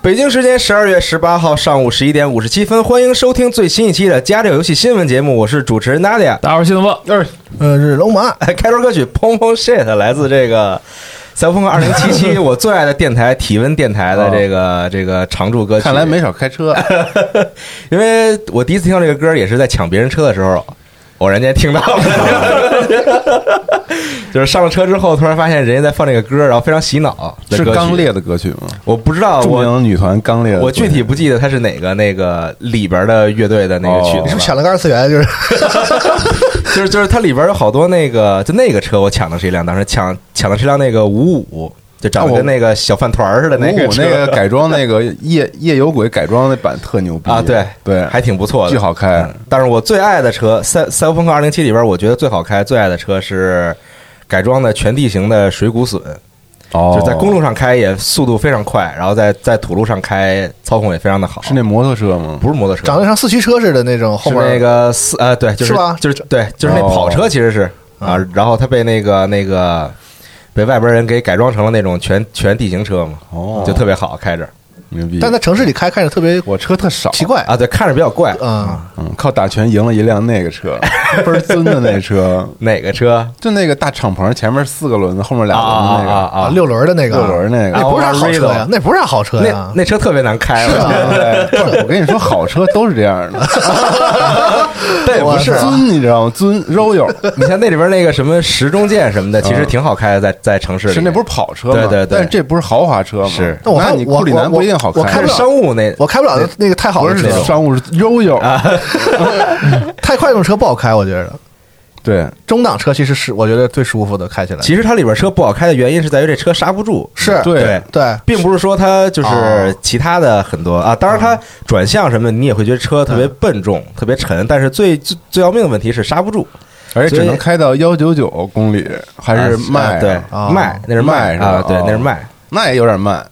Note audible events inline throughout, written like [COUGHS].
北京时间十二月十八号上午十一点五十七分，欢迎收听最新一期的《家里有游戏新闻》节目，我是主持人 Nadia。大家好，我是新东风。呃，是龙马，哎， [LAUGHS] 开头歌曲《砰砰 shit》来自这个《赛博朋克二零七 [LAUGHS] 七》，我最爱的电台体温电台的这个这个常驻歌曲。哦看来没少开 [LAUGHS] 车。啊因为我第一次听到这个歌儿也是在抢别人车的时候，偶然间听到 [LAUGHS] 的，就是上了车之后，突然发现人家在放这个歌儿，然后非常洗脑。是刚，烈的歌曲吗？我不知道著啊我。名女团刚烈的歌我曲，具体不记得它是哪个那个里边的乐队的那个曲哦你子是了，不是抢了个二次元？就是就是就是它里边有好多那个就那个车我抢的是一辆，当时抢抢的是一辆那个五五，就长得跟那个小饭团儿似的那五个五车哦那个改装那个夜夜有鬼改装那版特牛逼啊，对对，还挺不错的，巨好开嗯。但是我最爱的车，赛赛博朋克二零七里边，我觉得最好开、最爱的车是改装的全地形的水谷隼，哦就是在公路上开也速度非常快，然后在在土路上开操控也非常的好。是那摩托车吗？不是摩托车？长得像四驱车似的那种，后是面那个四呃，对，就是是吧就是对，就是那哦跑车其实是啊，然后他被那个那个被外边人给改装成了那种全全地形车嘛，哦就特别好开着牛逼。但在城市里开看着特别我车特少，奇怪啊，对，啊看着比较怪。嗯，嗯，靠打拳赢了一辆那个车，倍儿尊的那车，哪个车？就那个大敞篷，前面四个轮子，后面俩啊轮子那啊个，啊啊！六轮的那个，六轮那个那不是啥好车啊呀，那不是啥好车那呀，那车特别难开，啊是啊 [LAUGHS] 哎不是我跟你说，好车都是这样 [LAUGHS] 的，对，不哇是啊尊你知道吗？尊 royal 你像那里边那个什么时钟舰什么的，其实挺好开的，在在城市里。嗯是那不是跑车吗？对对对但是这不是豪华车吗？是那我那看你我库里南我不一定好我开它不是了商务那我开不了那那个太好不的是车，商务是 royal，、啊太快那种车不好开，我觉得 [LAUGHS] 对，中档车其实是我觉得最舒服的，开起来其实它里边车不好开的原因是在于这车刹不住，是对对，并不是说它就是哦其他的很多啊。当然，它转向什么的，你也会觉得车特别笨重、特别沉，但是最最最要命的问题是刹不住，而且所以只能开到幺九九公里，还是迈、啊对啊迈那是迈迈是吧啊，对哦那是迈。那也有点慢。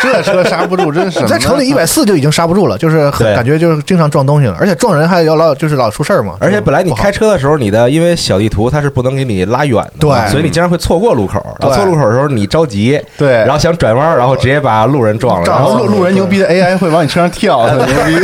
这车刹不住，真是什么在城里一百四就已经刹不住了，就是对很感觉就是经常撞东西了，而且撞人还要老就是老出事儿嘛，而且本来你不好开车的时候，你的因为小地图它是不能给你拉远的，对所以你经常会错过路口。然后对错路口的时候你着急，对然后想转弯，然后直接把路人撞了，撞然然后后路路人牛逼的 AI 会往你车上跳， [LAUGHS] 特牛逼。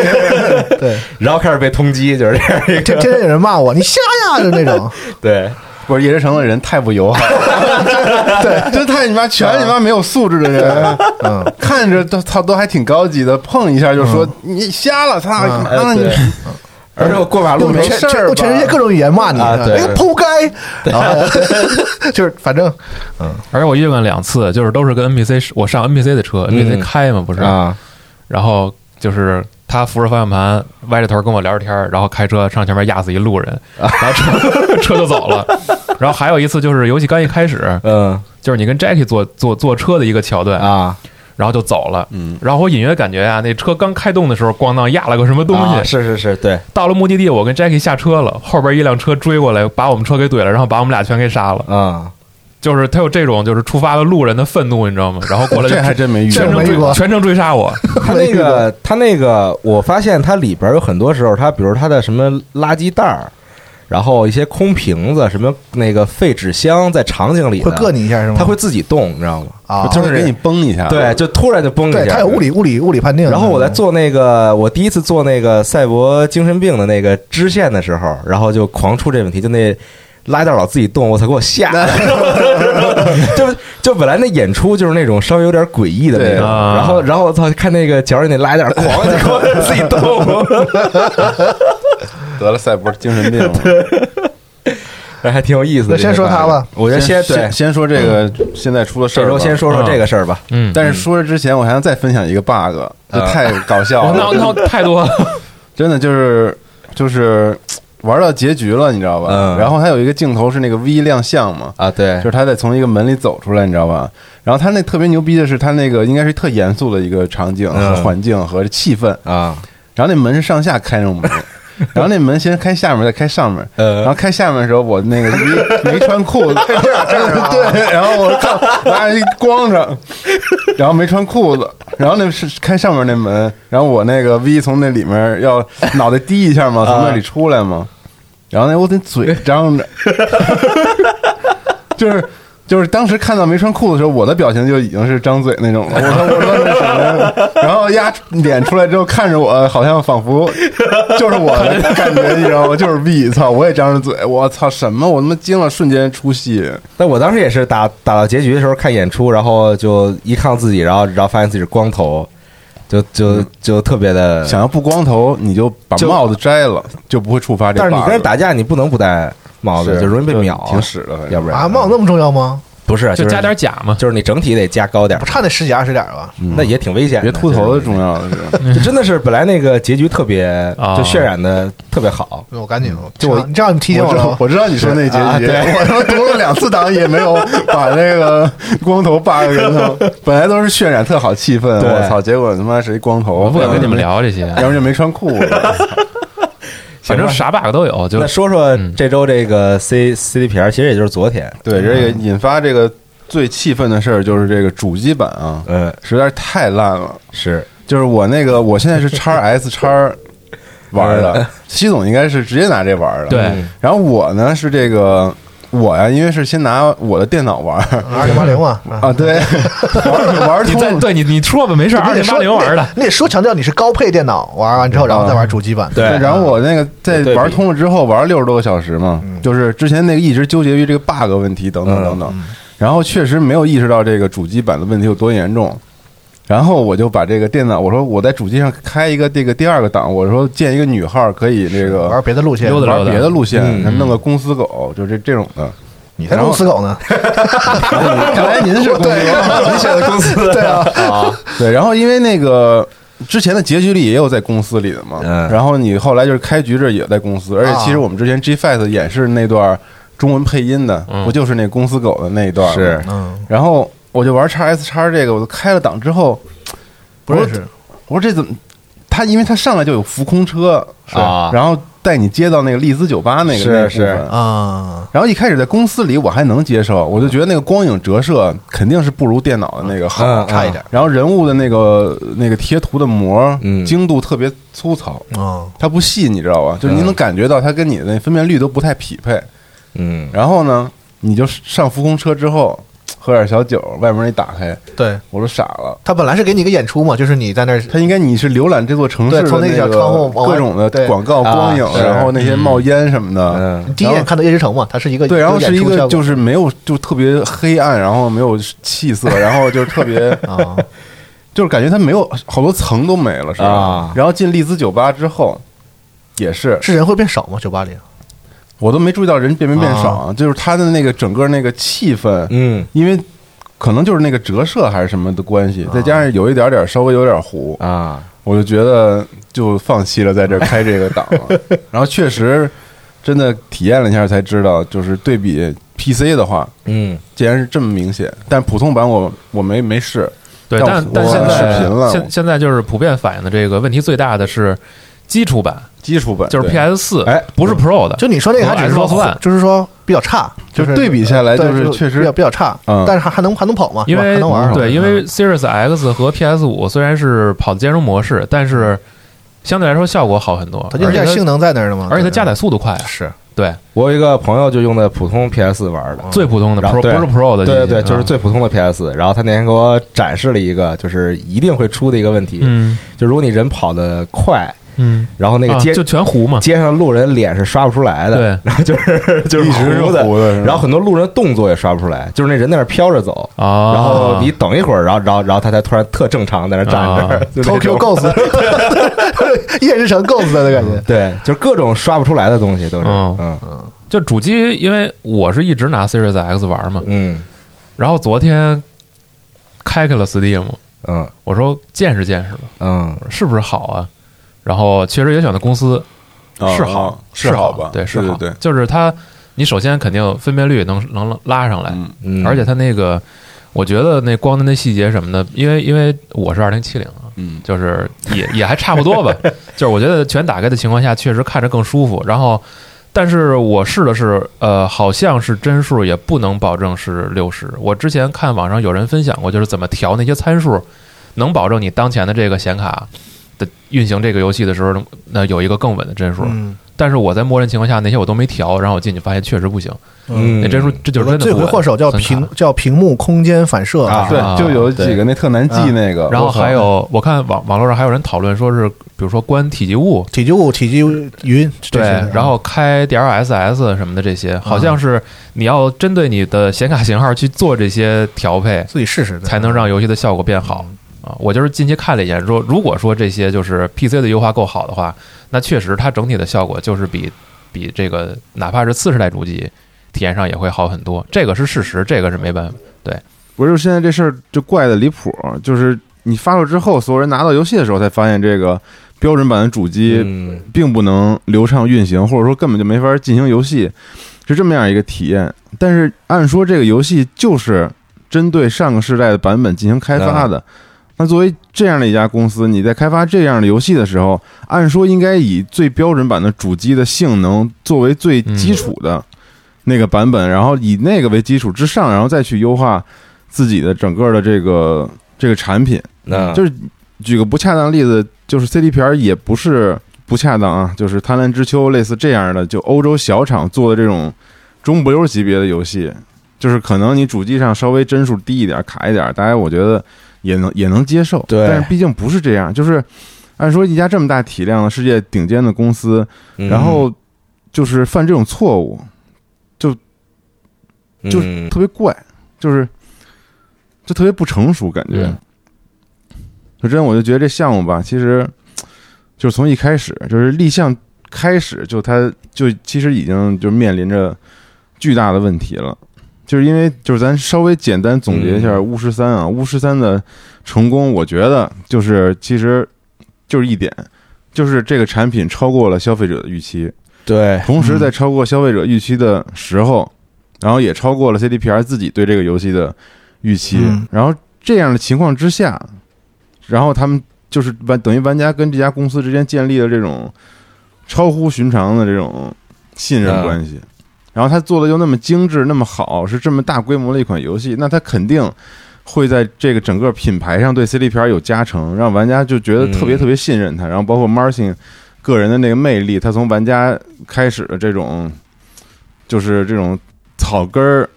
对，然后开始被通缉，就是这样 [LAUGHS] 一天个。天天有人骂我你瞎呀，就那种。对，不是叶之城的人太不友好了， [LAUGHS] 对，啊真太你妈全你妈没有素质的人，嗯，看着都操都还挺高级的，碰一下就说你瞎了，操，嗯妈的你嗯哎 [LAUGHS] 对而且我过马 [LAUGHS] 路用没全事全儿吧用全世界各种语言骂你，啊对哎扑街，然后 [LAUGHS] 就是反正而且我遇见两次，就是都是跟 NPC，我上 NPC 的车，NPC 开嘛，不是？嗯啊，然后就是他扶着方向盘，歪着头跟我聊着天儿，然后开车上前面压死一路 [LAUGHS] 人，然后车车就走了。然后还有一次就是游戏刚一开始，嗯就是你跟 Jackie 坐坐坐车的一个桥段，啊，然后就走了。嗯，然后我隐约感觉啊，那车刚开动的时候，咣当压了个什么东啊西。是是是，对，到了目的地，我跟 Jackie 下车了，后边一辆车追过来，把我们车给怼了，然后把我们俩全给杀了。嗯，就是他有这种就是触发了路人的愤怒，你知道吗？然后过来就这还真没遇全见程过没。遇追过全程追杀我， [LAUGHS] 他 [LAUGHS] 那个他那个，我发现它里边有很多时候，它比如它的什么垃圾袋儿。然后一些空瓶子，什么那个废纸箱，在场景里呢会硌你一下是吗？它会自己动，你知道吗？啊就就是是给你崩一下，对，就突然就崩一下。对，它有物理物理物理判定。然后我在做那个，我第一次做那个赛博精神病的那个支线的时候，然后就狂出这问题，就那拉袋老自己动，我操，给我吓的！ [LAUGHS] 就就本来那演出就是那种稍微有点诡异的那对种，啊然后然后我操，看那个脚里那拉袋狂就给我自己动，得了赛博精神病了。还挺有意思的。那先说他吧，我觉得先对嗯先，先说这个现在出了事这儿周吧，先说说这个事儿吧。嗯，但是说之前，我还想再分享一个 bug，这啊太搞笑 [LAUGHS] 我了闹，闹太多了， [LAUGHS] 真的就是就是玩到结局了，你知道吧？嗯然后还有一个镜头是那个 V 亮相嘛，啊，对就，是他得从一个门里走出来，你知道吧？然后他那特别牛逼的是，他那个应该是特严肃的一个场景嗯和环境和气氛，啊，然后那门是上下开那种门。然后那门先开下面，再开上面。呃然后开下面的时候，我那个没没穿裤子， [LAUGHS] 对，然后我靠，妈一光着，然后没穿裤子。然后那是开上面那门，然后我那个 V 从那里面要脑袋低一下嘛，从那里出来嘛。然后那我得嘴张着，就是就是当时看到没穿裤子的时候，我的表情就已经是张嘴那种了。我说我说那什么，然后丫脸出来之后看着我，好像仿佛就是我的感觉，你知道吗？就是 B，操，我也张着嘴，我操什么？我他妈惊了，瞬间出戏。但我当时也是打打到结局的时候看演出，然后就一看自己，然后然后发现自己是光头，就就就特别的。嗯想要不光头，你就把就帽子摘了，就不会触发这。但是你跟人，打架，你不能不戴帽子，是就容易被秒，啊挺屎的，反正要不然啊，帽子那么重要吗？不是就加，点假嘛是，就是你整体得加高点不，差那十几二十点儿吧？那也挺危险的。嗯别秃头的重要的是。就是，就真的是本来那个结局特别，嗯啊就渲染的特别好。我赶紧，就我你这样你提醒我我知道了，我知道你说那结啊局，对我他妈读了两次档也没有把那个光头 bug 人头，本来都是渲染特好气氛，对我操，结果他妈谁光头？我不敢跟你们，聊这些，要不然就没穿裤子。反正啥 bug 都有，就嗯那说说这周这个 C C D P R，其实也就是昨天，对，这个引发这个最气愤的事儿就是这个主机版啊，嗯，实在是太烂了。是就是我那个，我现在是叉 S 叉玩的，西总应该是直接拿这玩的。对嗯然后我呢是这个我呀，因为是先拿我的电脑玩儿二零八零嘛。啊，对， [LAUGHS] 玩玩你在通。对你你说吧，没事，二啊你得零八说零玩的，你得说强调你是高配电脑玩完之后，然后再玩主机版。对然后我那个在对比玩通了之后，玩六十多个小时嘛，嗯就是之前那个一直纠结于这个 bug 问题等等等嗯等，然后确实没有意识到这个主机版的问题有多严重。然后我就把这个电脑，我说我在主机上开一个这个第二个档，我说建一个女号可以这个玩别的路线，溜达玩别的路线，嗯弄个公司狗，就这这种的。你才公司狗呢？嗯看来您 [LAUGHS] 是公司狗， [LAUGHS] 你选的公司，对啊，对。然后因为那个之前的结局里也有在公司里的嘛，嗯啊然后你后来就是开局这也在公司，而且其实我们之前 G Fest 演示那段中文配音的，不就是那公司狗的那一段吗是嗯，然后我就玩叉 S 叉这个，我都开了档之后，不认识。我说这怎么？他因为他上来就有浮空车，啊然后带你接到那个丽兹酒吧那个是那部是分啊，然后一开始在公司里我还能接受，我就觉得那个光影折射肯定是不如电脑的那个好，嗯差一点。然后人物的那个那个贴图的膜，嗯精度特别粗糙，嗯，它不细，你知道吧？就是你能感觉到它跟你的那分辨率都不太匹配。嗯，然后呢，你就上浮空车之后喝点小酒，外面一打开，对，我都傻了。他本来是给你一个演出嘛，就是你在那儿，它应该你是浏览这座城市对从的那个小窗户往外各种的对广告光影啊，是然后那些冒烟什么的，嗯你第一眼看到夜之城嘛，它是一个对，然后是一演出效个果就是没有，就特别黑暗，然后没有气色，然后就是特别， [LAUGHS] 啊，就是感觉它没有好多层都没了，是吧？啊然后进丽兹酒吧之后，也是是人会变少吗？酒吧里我都没注意到人变没变啊少，啊就是它的那个整个那个气氛，嗯因为可能就是那个折射还是什么的关系，再啊加上有一点点稍微有点糊，啊，我就觉得就放弃了在这儿开这个档 [LAUGHS] 了。然后确实真的体验了一下，才知道就是对比 PC 的话。嗯，既然是这么明显，但普通版我我没没试，对，但但我但现我视频了在现现在就是普遍反映的这个问题最大的是基础版，基础版就是啊对 PS 四，哎不是 Pro 的，就你说那个，我它只是说 Xbox One 就是说比较差，就是对比下来对就是就确实比较比较差嗯，但是还还能还能跑嘛，因是吧为还能玩儿对，因为 Series X 和 PS 五虽然是跑的兼容模式，但是相对来说效果好很多，它就是而且这性能在那儿的嘛，而且它对加载速度快啊，是对，我有一个朋友就用的普通 PS 玩的，最普通的然后 Pro 不对是 Pro 的机器，对对对，啊就是最普通的 PS。然后他那天给我展示了一个，就是一定会出的一个问题，嗯就如果你人跑得快，嗯，然后那个啊街、就全糊嘛，街上路人脸是刷不出来的，对，然后就是 [LAUGHS] 就是一直是糊的，糊的是吧然后很多路人动作也刷不出来，就是那人在那飘着走。嗯啊，然后你等一会儿，然后然后然后他才突然特正常在那站着啊， [LAUGHS] 就那 Tokyo 种 Ghost，夜之城 Ghost 的 [LAUGHS] 感觉，对，就是各种刷不出来的东西都是，嗯嗯就主机，因为我是一直拿 Series X 玩嘛，嗯然后昨天开开了 Steam，嗯我说见识见识吧，嗯，是不是好啊？然后确实也选的公司啊是好、啊是是好吧？对，是对好，对，就是它，你首先肯定分辨率能能拉上来，嗯嗯而且它那个，我觉得那光的那细节什么的，因为因为我是二零七零啊，嗯，就是也也还差不多吧，就是我觉得全打开的情况下，确实看着更舒服。然后，但是我试了试，呃，好像是帧数也不能保证是六十。我之前看网上有人分享过，就是怎么调那些参数，能保证你当前的这个显卡的运行这个游戏的时候，那有一个更稳的帧数。嗯但是我在默认情况下那些我都没调，然后我进去发现确实不行，嗯，那帧数这就是有真个的罪不魁稳祸首叫很卡屏叫屏幕空间反射啊对，就有几个那特难记对那个，啊然后我靠还有，嗯我看网网络上还有人讨论，说是比如说关体积物，体积物、体积云这对些，，嗯然后开 DLSS 什么的这些，好像是你要针对你的显卡型号去做这些调配，自己试试才能让游戏的效果变好嗯啊。我就是近期看了一眼，说如果说这些就是 PC 的优化够好的话，那确实它整体的效果就是比比这个哪怕是次世代主机体验上也会好很多，这个是事实，这个是没嗯办法。不是现在这事儿就怪的离谱，就是你发售之后，所有人拿到游戏的时候才发现，这个标准版的主机嗯并不能流畅运行，或者说根本就没法进行游戏，是这么样一个体验。但是按说这个游戏就是针对上个世代的版本进行开发的。那作为这样的一家公司，你在开发这样的游戏的时候，按说应该以最标准版的主机的性能作为最基础的那个版本，然后以那个为基础之上，然后再去优化自己的整个的这个这个产品。那嗯就是举个不恰当的例子，就是 CDPR 也不是不恰当啊，就是《贪婪之秋》类似这样的，就欧洲小厂做的这种中不溜级别的游戏，就是可能你主机上稍微帧数低一点、卡一点，大家我觉得也能也能接受。对但是毕竟不是这样，就是按说一家这么大体量的世界顶尖的公司，嗯然后就是犯这种错误，就嗯特别怪，就是就特别不成熟，感觉。嗯说真，我就觉得这项目吧，其实就是从一开始，就是立项开始，就它就其实已经就面临着巨大的问题了。就是因为就是咱稍微简单总结一下嗯巫师三啊，巫师三的成功，我觉得就是其实就是一点，就是这个产品超过了消费者的预期。对同时在超过消费者预期的时候，然后也超过了 CDPR 自己对这个游戏的预期嗯。然后这样的情况之下，然后他们就是玩等于玩家跟这家公司之间建立了这种超乎寻常的这种信任关系。然后他做的又那么精致，那么好，是这么大规模的一款游戏，那他肯定会在这个整个品牌上对 CDPR 有加成，让玩家就觉得特别嗯特别信任他。然后包括 marketing 个人的那个魅力，他从玩家开始的这种，就是这种草根儿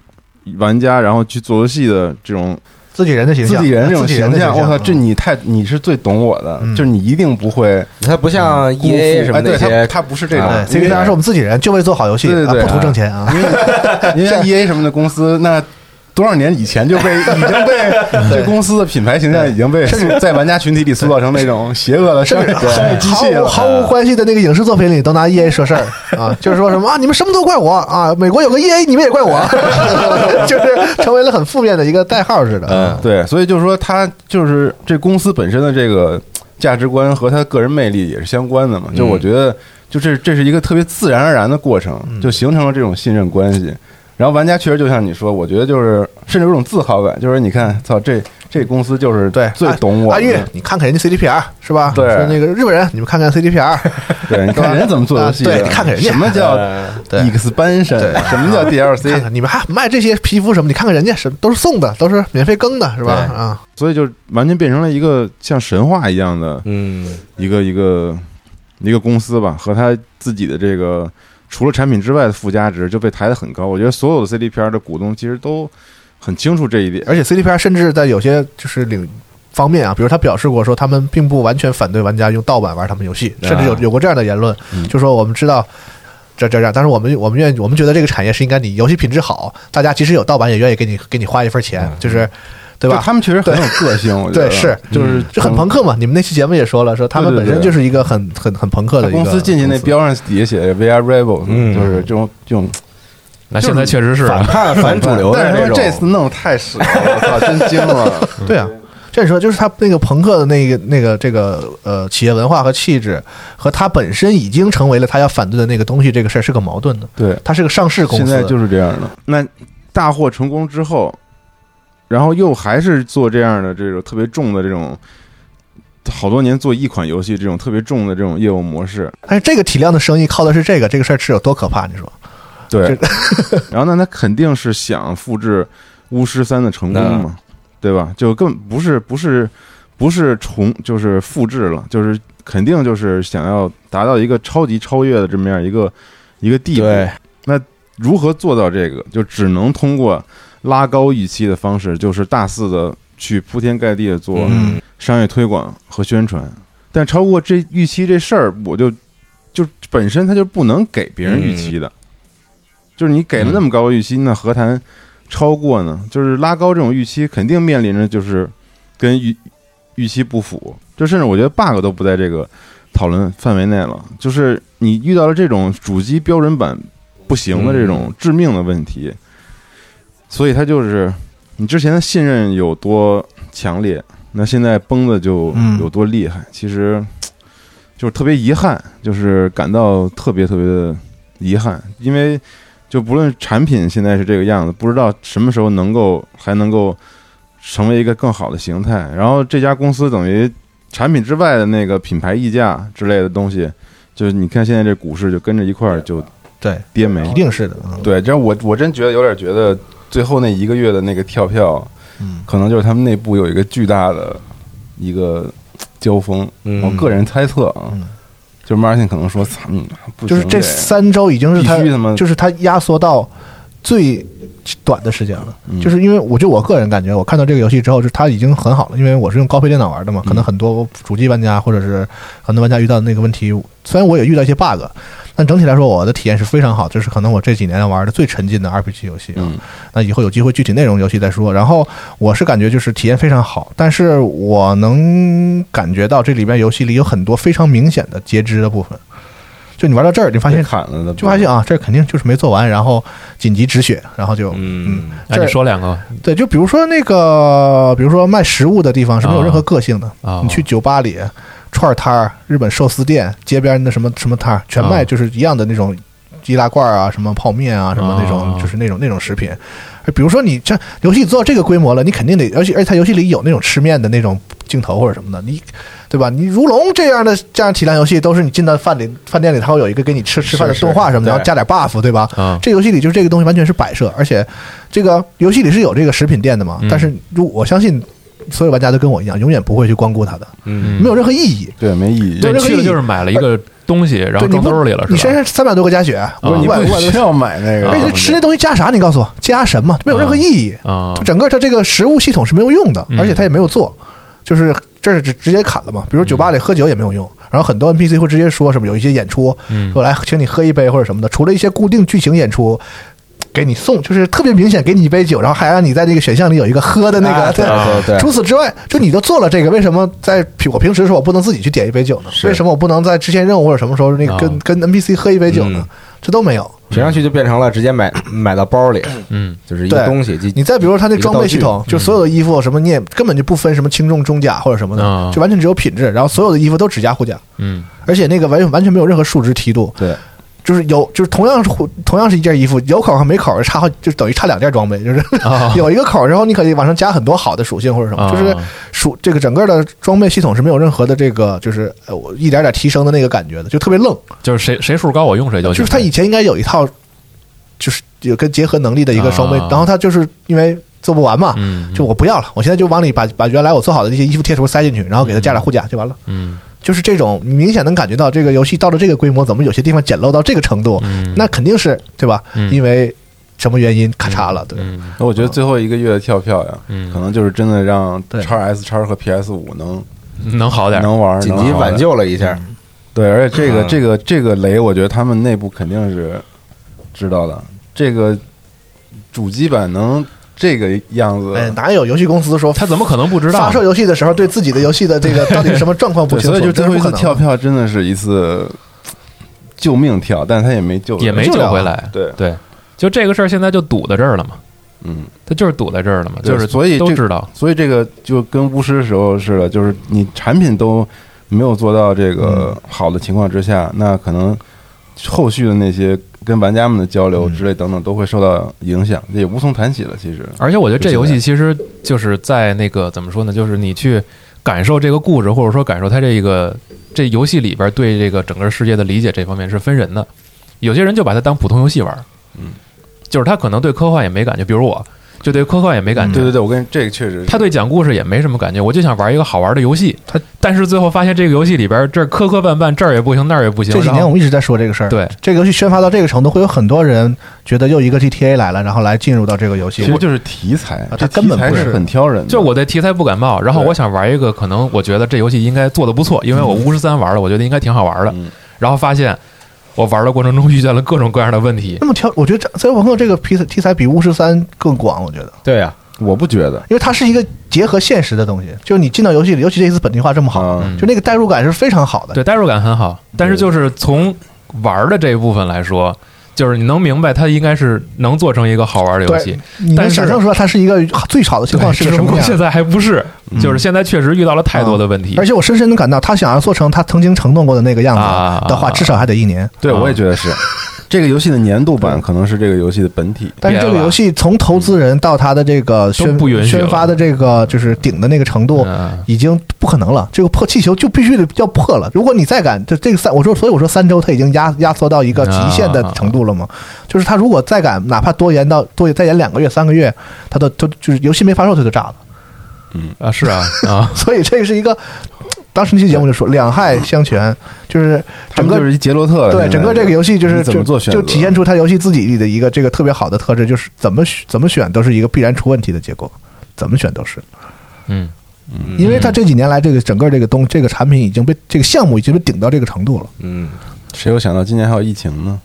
玩家，然后去做游戏的这种，自己人的形自象，己人这种自己人形的象，我操，嗯这你太你是最懂我的，嗯就是你一定不会它不嗯像 E A 辜负什么哎对那他些，他不是这种啊，对 CDPR 是我们自己人，就为做好游戏，对对对啊不图挣钱啊。因为 [LAUGHS] 因为像 E A 什么的公司，那多少年以前就 [LAUGHS] 被已经被这公司的品牌形象已经被甚至在玩家群体里塑造成那种邪恶的商业商业机毫器无了。啊毫无关系的那个影视作品 [LAUGHS] 里都拿 E A 说事儿啊，就是说什么啊，你们什么都怪我啊，美国有个 E A，你们也怪 [LAUGHS] 我， [LAUGHS] 就是成为了很负面的一个代号似的。嗯啊对，所以就是说，他就是这公司本身的这个价值观和他个人魅力也是相关的嘛。嗯就我觉得，就这这是一个特别自然而然的过程，嗯就形成了这种信任关系。然后玩家确实就像你说，我觉得就是甚至有种自豪感，就是你看，操，这这公司就是对，啊最懂我阿的。玉，你看看人家 CDPR 是吧？对说那个日本人，你们看看 CDPR，对，你看人家怎么做游戏的，啊对你看看人家啊什么叫对啊 expansion，什么叫看 DLC，看你们还卖这些皮肤什么？你看看人家什么都是送的，都是免费更的，是吧？啊，所以就完全变成了一个像神话一样的嗯一个一个一个公司吧，和他自己的这个除了产品之外的附加值就被抬得很高。我觉得所有的 CDPR 的股东其实都很清楚这一点。而且 CDPR 甚至在有些就是领方面啊，比如他表示过说，他们并不完全反对玩家用盗版玩他们游戏，甚至啊有有过这样的言论，嗯就说我们知道。这这这样，但是我们我们愿意我们觉得这个产业是应该你游戏品质好，大家即使有盗版也愿意给你给你花一份钱，嗯就是，对就吧？他们确实很有个性，我觉得对啊是嗯就是就很朋克嘛。你们那期节目也说了，说他们对对本对身就是一个很很很朋克的一个公司进去那标上底下写着 VR Rebels，、嗯就是这种这种那现在确实是反叛反主流但的是说这这次种，弄得太屎了，我操，真惊 [LAUGHS] 了！对啊，这你说就是他那个朋克的那个那个这个呃企业文化和气质，和他本身已经成为了他要反对的那个东西，这个事儿是个矛盾的。对，他是个上市公司，现在就是这样的。那大获成功之后，然后又还是做这样的这种特别重的这种，好多年做一款游戏这种特别重的这种业务模式，但哎是这个体量的生意靠的是这个，这个事儿是有多可怕？你说对，然后那他肯定是想复制巫师三的成功嘛，对吧？就更不是不是不是重，就是复制了，就是肯定就是想要达到一个超级超越的这么样一个一个地步。对，如何做到这个，就只能通过拉高预期的方式，就是大肆的去铺天盖地的做嗯商业推广和宣传。但超过这预期这事儿，我就就本身它就不能给别人预期的，就是你给了那么高的预期，那何谈超过呢？就是拉高这种预期，肯定面临着就是跟预预期不符，就甚至我觉得 bug 都不在这个讨论范围内了。就是你遇到了这种主机标准版不行的这种致命的问题，所以它就是你之前的信任有多强烈，那现在崩的就嗯有多厉害。其实就是特别遗憾，就是感到特别特别的遗憾，因为就不论产品现在是这个样子，不知道什么时候能够还能够成为一个更好的形态。然后这家公司等于产品之外的那个品牌溢价之类的东西，就是你看现在这股市就跟着一块儿就对，跌没一。定是的，嗯对，这样我我真觉得有点觉得最后那一个月的那个跳票，嗯可能就是他们内部有一个巨大的一个嘖交锋。嗯我个人猜测啊嗯，就是 Martin 可能说：“操，嗯不就是行这三周已经是他必须他妈，就是他压缩到最短的时间了。就是因为我就我个人感觉，我看到这个游戏之后，就是它已经很好了。因为我是用高配电脑玩的嘛，可能很多主机玩家或者是很多玩家遇到的那个问题，虽然我也遇到一些 bug，但整体来说我的体验是非常好，这是可能我这几年玩的最沉浸的 RPG 游戏啊。嗯那以后有机会具体内容游戏再说。然后我是感觉就是体验非常好，但是我能感觉到这里边游戏里有很多非常明显的截肢的部分。就你玩到这儿，你发被现砍了的，就发现啊，这肯定就是没做完，然后紧急止血，然后就嗯，哎，这你说两个对，就比如说那个，比如说卖食物的地方是没有任何个性的，啊，哦你去酒吧里、串儿摊儿、日本寿司店、街边的什么什么摊儿，全卖哦啊就是一样的那种易拉罐啊、什么泡面啊、什么那种哦啊就是那种那种食品。哎比如说你这游戏做到这个规模了，你肯定得，而且而且它游戏里有那种吃面的那种镜头或者什么的，你对吧？你如龙这样的这样体量游戏，都是你进到饭里饭店里，它会有一个给你吃吃饭的是是动画什么的，对然后加点 buff，对吧？啊，这游戏里就是这个东西完全是摆设，而且这个游戏里是有这个食品店的嘛，嗯但是如我相信所有玩家都跟我一样，永远不会去光顾它的，嗯没有任何意义。对没意义。对有这个去了意义就是买了一个东西，然后对你装不兜里了，你是身吧？啊上三百多个加血，不是五你百五不百多需，要买那个，而且吃那东西加啥？你告诉我，加什么？没有任何意义。啊就，整个它这个食物系统是没有用的，嗯而且它也没有做，就是这是直直接砍了嘛。比如酒吧里喝酒也没有用，然后很多 NPC 会直接说什么有一些演出，嗯说来请你喝一杯或者什么的，除了一些固定剧情演出。给你送，就是特别明显，给你一杯酒，然后还让你在这个选项里有一个喝的那 [LAUGHS] 个。啊对对对除此之外，就你都做了这个，为什么在平我平时的时候我不能自己去点一杯酒呢？是为什么我不能在支线任务或者什么时候那个跟、啊跟 NPC 喝一杯酒呢？嗯这都没有。评上去就变成了直接买买到包里，嗯就是一个对东西。就你再比如说他那装备系统，就所有的衣服什么你也根本就不分什么轻重中甲或者什么的嗯，就完全只有品质，然后所有的衣服都指甲护甲，嗯而且那个完完全没有任何数值梯度，对，就是有就是同样是同样是一件衣服，有口和没口差好就等于差两件装备，就是啊 [LAUGHS] 有一个口之后你可以往上加很多好的属性或者什么，啊就是属这个整个的装备系统是没有任何的这个就是呃我一点点提升的那个感觉的，就特别愣。就是谁谁数高我用谁就就行是他以前应该有一套，就是有跟结合能力的一个双倍，啊然后他就是因为做不完嘛，嗯就我不要了，我现在就往里把把原来我做好的那些衣服贴图塞进去，然后给它加点护甲就完了。嗯就是这种你明显能感觉到这个游戏到了这个规模，怎么有些地方简陋到这个程度？嗯那肯定是对吧？嗯因为什么原因咔嚓了，对。嗯那我觉得最后一个月的跳票呀，嗯可能就是真的让对 x S 叉和 PS 五能嗯能好点儿能玩，紧能急好挽点救了一下，对，而且这个嗯这个这个雷，我觉得他们内部肯定是知道的。这个主机版能这个样子，哎，哪有游戏公司说他怎么可能不知道啊发呢？售游戏的时候对自己的游戏的这个到底什么状况不对，清楚？所以就最这是后不一可次跳能票真的是一次救命跳，但是他也没救，也没救救了回来。对对，就这个事儿现在就堵在这儿了嘛，嗯，他就是堵在这儿了嘛，对就是所以都这知道，所以这个就跟巫师时候似的，就是你产品都没有做到这个嗯好的情况之下，那可能后续的那些跟玩家们的交嗯流之类等等都会受到影响，也无从谈起了。其实，而且我觉得这就游戏现其实就是在那个怎么说呢，就是你去感受这个故事，或者说感受它这个这游戏里边对这个整个世界的理解这方面是分人的。有些人就把它当普通游戏玩，嗯，就是他可能对科幻也没感觉，比如我，就对科幻也没感觉。嗯对对对，我跟你这个确实是，他对讲故事也没什么感觉，我就想玩一个好玩的游戏。他但是最后发现这个游戏里边这儿磕磕绊绊，这儿也不行，那儿也不行。这几然年后我们一直在说这个事儿，对，这个游戏宣发到这个程度，会有很多人觉得又一个 GTA 来了，然后来进入到这个游戏其。实就是题材，啊这它题根本材不是是很挑人的。就我对题材不感冒，然后对我想玩一个可能我觉得这游戏应该做的不错，因为我巫师三玩了，我觉得应该挺好玩的。嗯然后发现我玩的过程中遇见了各种各样的问题，那么挑，我觉得《赛博朋克》这个题材题材比《巫师三》更广，我觉得，对呀，我不觉得，因为它是一个结合现实的东西，就是你进到游戏里，尤其这一次本地化这么好，嗯嗯就那个代入感是非常好的。对代入感很好，但是就是从玩的这一部分来说，就是你能明白它应该是能做成一个好玩的游戏，你但能是想象出来它是一个最好的情况对是个只什不么过样现的？嗯在还不是，就是现在确实遇到了太多的问题而。且我深深能感到，他想要做成他曾经承诺过的那个样子啊的话，啊至少还得一年。对我也觉得 [LAUGHS] 是。这个游戏的年度版可能是这个游戏的本体，但是这个游戏从投资人到他的这个宣都不允许了宣发的这个就是顶的那个程度，嗯，已经不可能了。这个破气球就必须得要破了。如果你再敢，这这个三，我说，所以我说三周他已经压压缩到一个极限的程度了嘛。就是他如果再敢，哪怕多延到多再延两个月、三个月，他都都就是游戏没发售他就炸了。啊，是啊，啊，所以这个是一个，当时那期节目就说两害相权，就是他整们个就是一杰洛特了。对，整个这个游戏就是你怎么做选择就就体现出它游戏自己的一个这个特别好的特质，就是怎么选怎么选都是一个必然出问题的结果，怎么选都是， [LAUGHS] 嗯，因为它这几年来这个整个这个东这个产品已经被这个项目已经被顶到这个程度了，嗯，谁有想到今年还有疫情呢？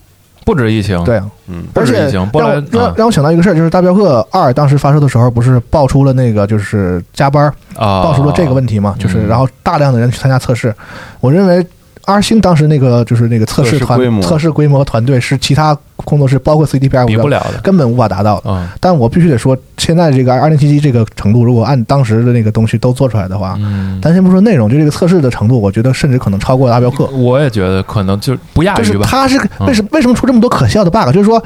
不止疫情，对啊，嗯，不而止且疫情让波我兰啊让让我想到一个事儿，就是《大镖客二》当时发售的时候，不是爆出了那个就是加班儿啊，爆出了这个问题嘛，就是嗯然后大量的人去参加测试，我认为。阿星当时那个就是那个测试测试规团模测试规模团队是其他工作室包括 CDPR 比不了的，根本无法达到的。嗯但我必须得说，现在这个二零七七这个程度，如果按当时的那个东西都做出来的话，嗯，咱先不说内容，就这个测试的程度，我觉得甚至可能超过了大镖嗯客。我也觉得可能就不亚啊就是于吧，它是嗯为什为什么出这么多可笑的 bug？就是说，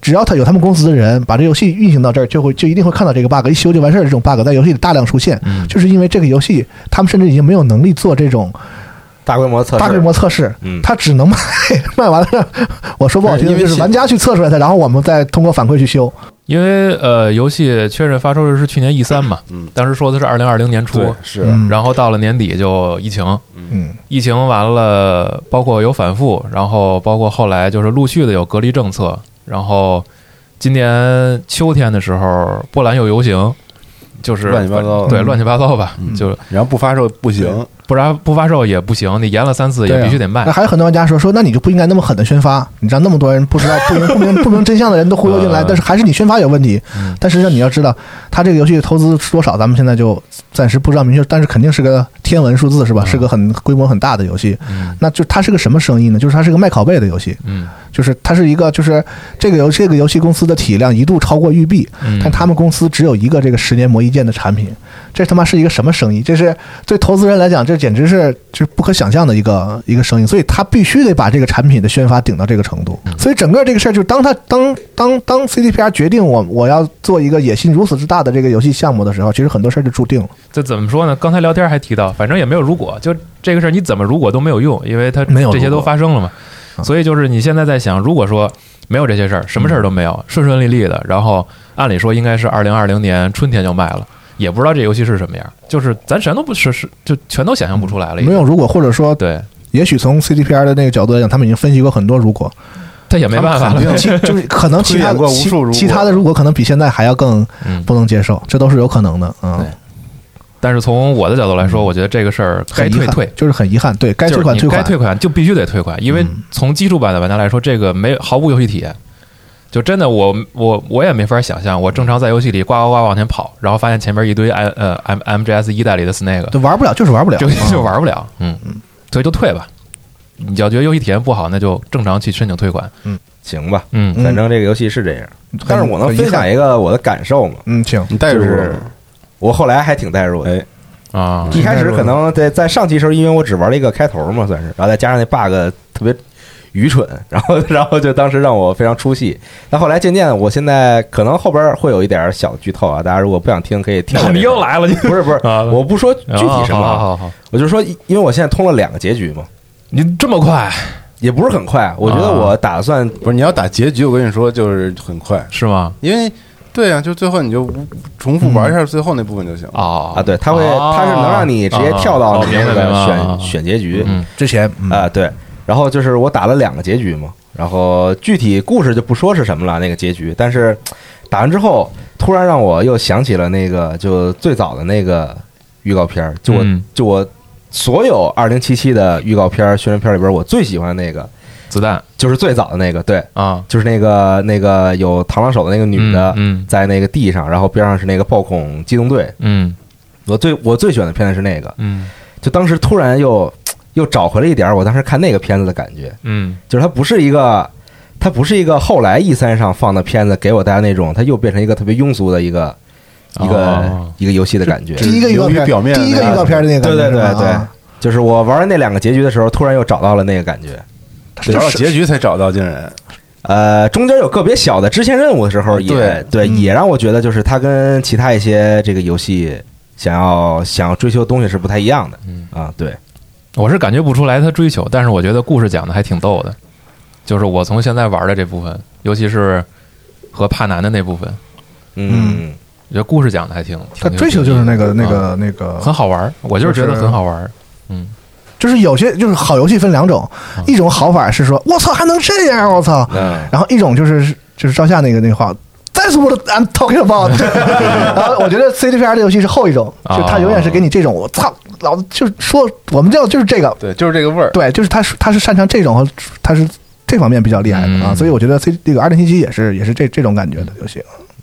只要他有他们公司的人把这游戏运行到这儿，就会就一定会看到这个 bug，一修就完事儿。这种 bug 在游戏里大量出现，嗯就是因为这个游戏他们甚至已经没有能力做这种大规模测试，大规模测试嗯，他只能卖 [LAUGHS] 卖完了。我说不好听因的，为就是现玩家去测出来的，然后我们再通过反馈去修。因为呃，游戏确认发售日是去年 E 三嘛，嗯当时说的是二零二零年对初，是嗯然后到了年底就疫情，嗯，疫情完了，包括有反复，然后包括后来就是陆续的有隔离政策，然后今年秋天的时候，波兰有游行，就是乱七八糟的嗯对，乱七八糟吧，嗯就然后不发售不行，不然不发售也不行，你延了三次对也啊必须得卖 [LAUGHS] 那。还有很多玩家说说，那你就不应该那么狠的宣发，你让那么多人不知道、不明、不明、不明真相的人都忽悠进 [LAUGHS] 来嗯，但是还是你宣发有问题。但实际上你要知道，他这个游戏投资是多少，咱们现在就暂时不知道明确，但是肯定是个天文数字，是吧？嗯是个很规模很大的游戏。那就它是个什么生意呢？就是它是个卖拷贝的游戏，嗯，就是它是一个就是这个游这个游戏公司的体量一度超过育碧，嗯但他们公司只有一个这个十年磨一剑的产品，这他妈是一个什么生意？这是对投资人来讲，这简直是就是不可想象的一个一个生意，所以他必须得把这个产品的宣发顶到这个程度。嗯所以整个这个事儿，就是当他当当当 CDPR 决定我我要做一个野心如此之大的这个游戏项目的时候，其实很多事儿就注定了这怎么说呢？刚才聊天还提到，反正也没有如果，就这个事儿你怎么如果都没有用，因为它没有如果嗯这些都发生了嘛。所以就是你现在在想，如果说没有这些事儿，什么事儿都没有，顺顺利利的，然后按理说应该是二零二零年春天就卖了，也不知道这游戏是什么样，就是咱什么都不是是就全都想象不出来了。已经没有如果，或者说对，也许从 CDPR 的那个角度来讲，他们已经分析过很多如果，他也没办法了。其就是可能其推他演过无其数如果其他的如果可能比现在还要更嗯，不能接受，这都是有可能的，嗯对。但是从我的角度来说，我觉得这个事儿该很遗退憾退，就是很遗憾，对该退款就是退你款，该退款就必须得退款，因为嗯从基础版的玩家来说，这个没毫无游戏体验。就真的我我我也没法想象，我正常在游戏里呱呱呱往前跑，然后发现前面一堆 M 呃 M M G S 一代里的 Snake，就玩不了，就是玩不 [LAUGHS] 了，就啊就嗯玩不了，嗯，所以就退吧。你要觉得游戏体验不好，那就正常去申请退款。行吧，嗯，反正这个游戏是这样。很但是我能分享一个我的感受嘛，嗯，请你带就入是了吗我后来还挺代入的。哎，嗯啊，一开始可能在在上期时候，因为我只玩了一个开头嘛，算是，然后再加上那 bug 特别愚蠢，然后 [LAUGHS] 然后就当时让我非常出戏。但后来渐渐，我现在可能后边会有一点小剧透啊，大家如果不想听可以跳过这你个。又来了，你不是不是，啊哦我不说具体什么好啊，好好，我就说，因为我现在通了两个结局嘛，你这么快也不是很快，我觉得啊我打算不是你要打结局，我跟你说就是很快，是吗？因为对啊呀、就最后你就无重复嗯玩一下最后那部分就行了。哦啊，对，它会哦它是能让你直接跳到哦你那明白明白个哦选选结局嗯之前嗯啊，对。然后就是我打了两个结局嘛，然后具体故事就不说是什么了，那个结局，但是打完之后，突然让我又想起了那个就最早的那个预告片儿，就我嗯就我所有二零七七的预告片儿、宣传片儿里边儿，我最喜欢的那个子弹就是最早的那个，对，啊，就是那个那个有螳螂手的那个女的，嗯在那个地上，然后边上是那个暴恐机动队。嗯我最我最喜欢的片子是那个，嗯就当时突然又又找回了一点儿我当时看那个片子的感觉，嗯就是它不是一个，它不是一个后来 E 三上放的片子给我大家那种，它又变成一个特别庸俗的一个一个、哦一个游戏的感觉。第一个预流告片，于表面的第一个预告片的那个对对感觉是吧，对对，啊就是我玩完那两个结局的时候，突然又找到了那个感觉。找到结局才找到，竟然呃，中间有个别小的支线任务的时候也，对嗯也让我觉得就是它跟其他一些这个游戏想要想要追求的东西是不太一样的。嗯啊，对，我是感觉不出来他追求，但是我觉得故事讲的还挺逗的，就是我从现在玩的这部分，尤其是和帕南的那部分，嗯，我觉得故事讲的还挺，他挺追求就是那个嗯那个那个很好玩儿，我就是觉得就是很好玩儿，就是有些就是好游戏分两种，一种好法是说我操还能这样，我操，嗯然后一种就是就是照下那个那话。That's what I'm talking about 。 [LAUGHS] 然后我觉得 CDPR 这游戏是后一种，就啊它永远是给你这种，我操，老子就是说我们这就是这个，对，就是这个味儿。对，就是他是他是擅长这种和他是这方面比较厉害的啊，嗯所以我觉得 C 这个二零七七也是也是这这种感觉的游戏。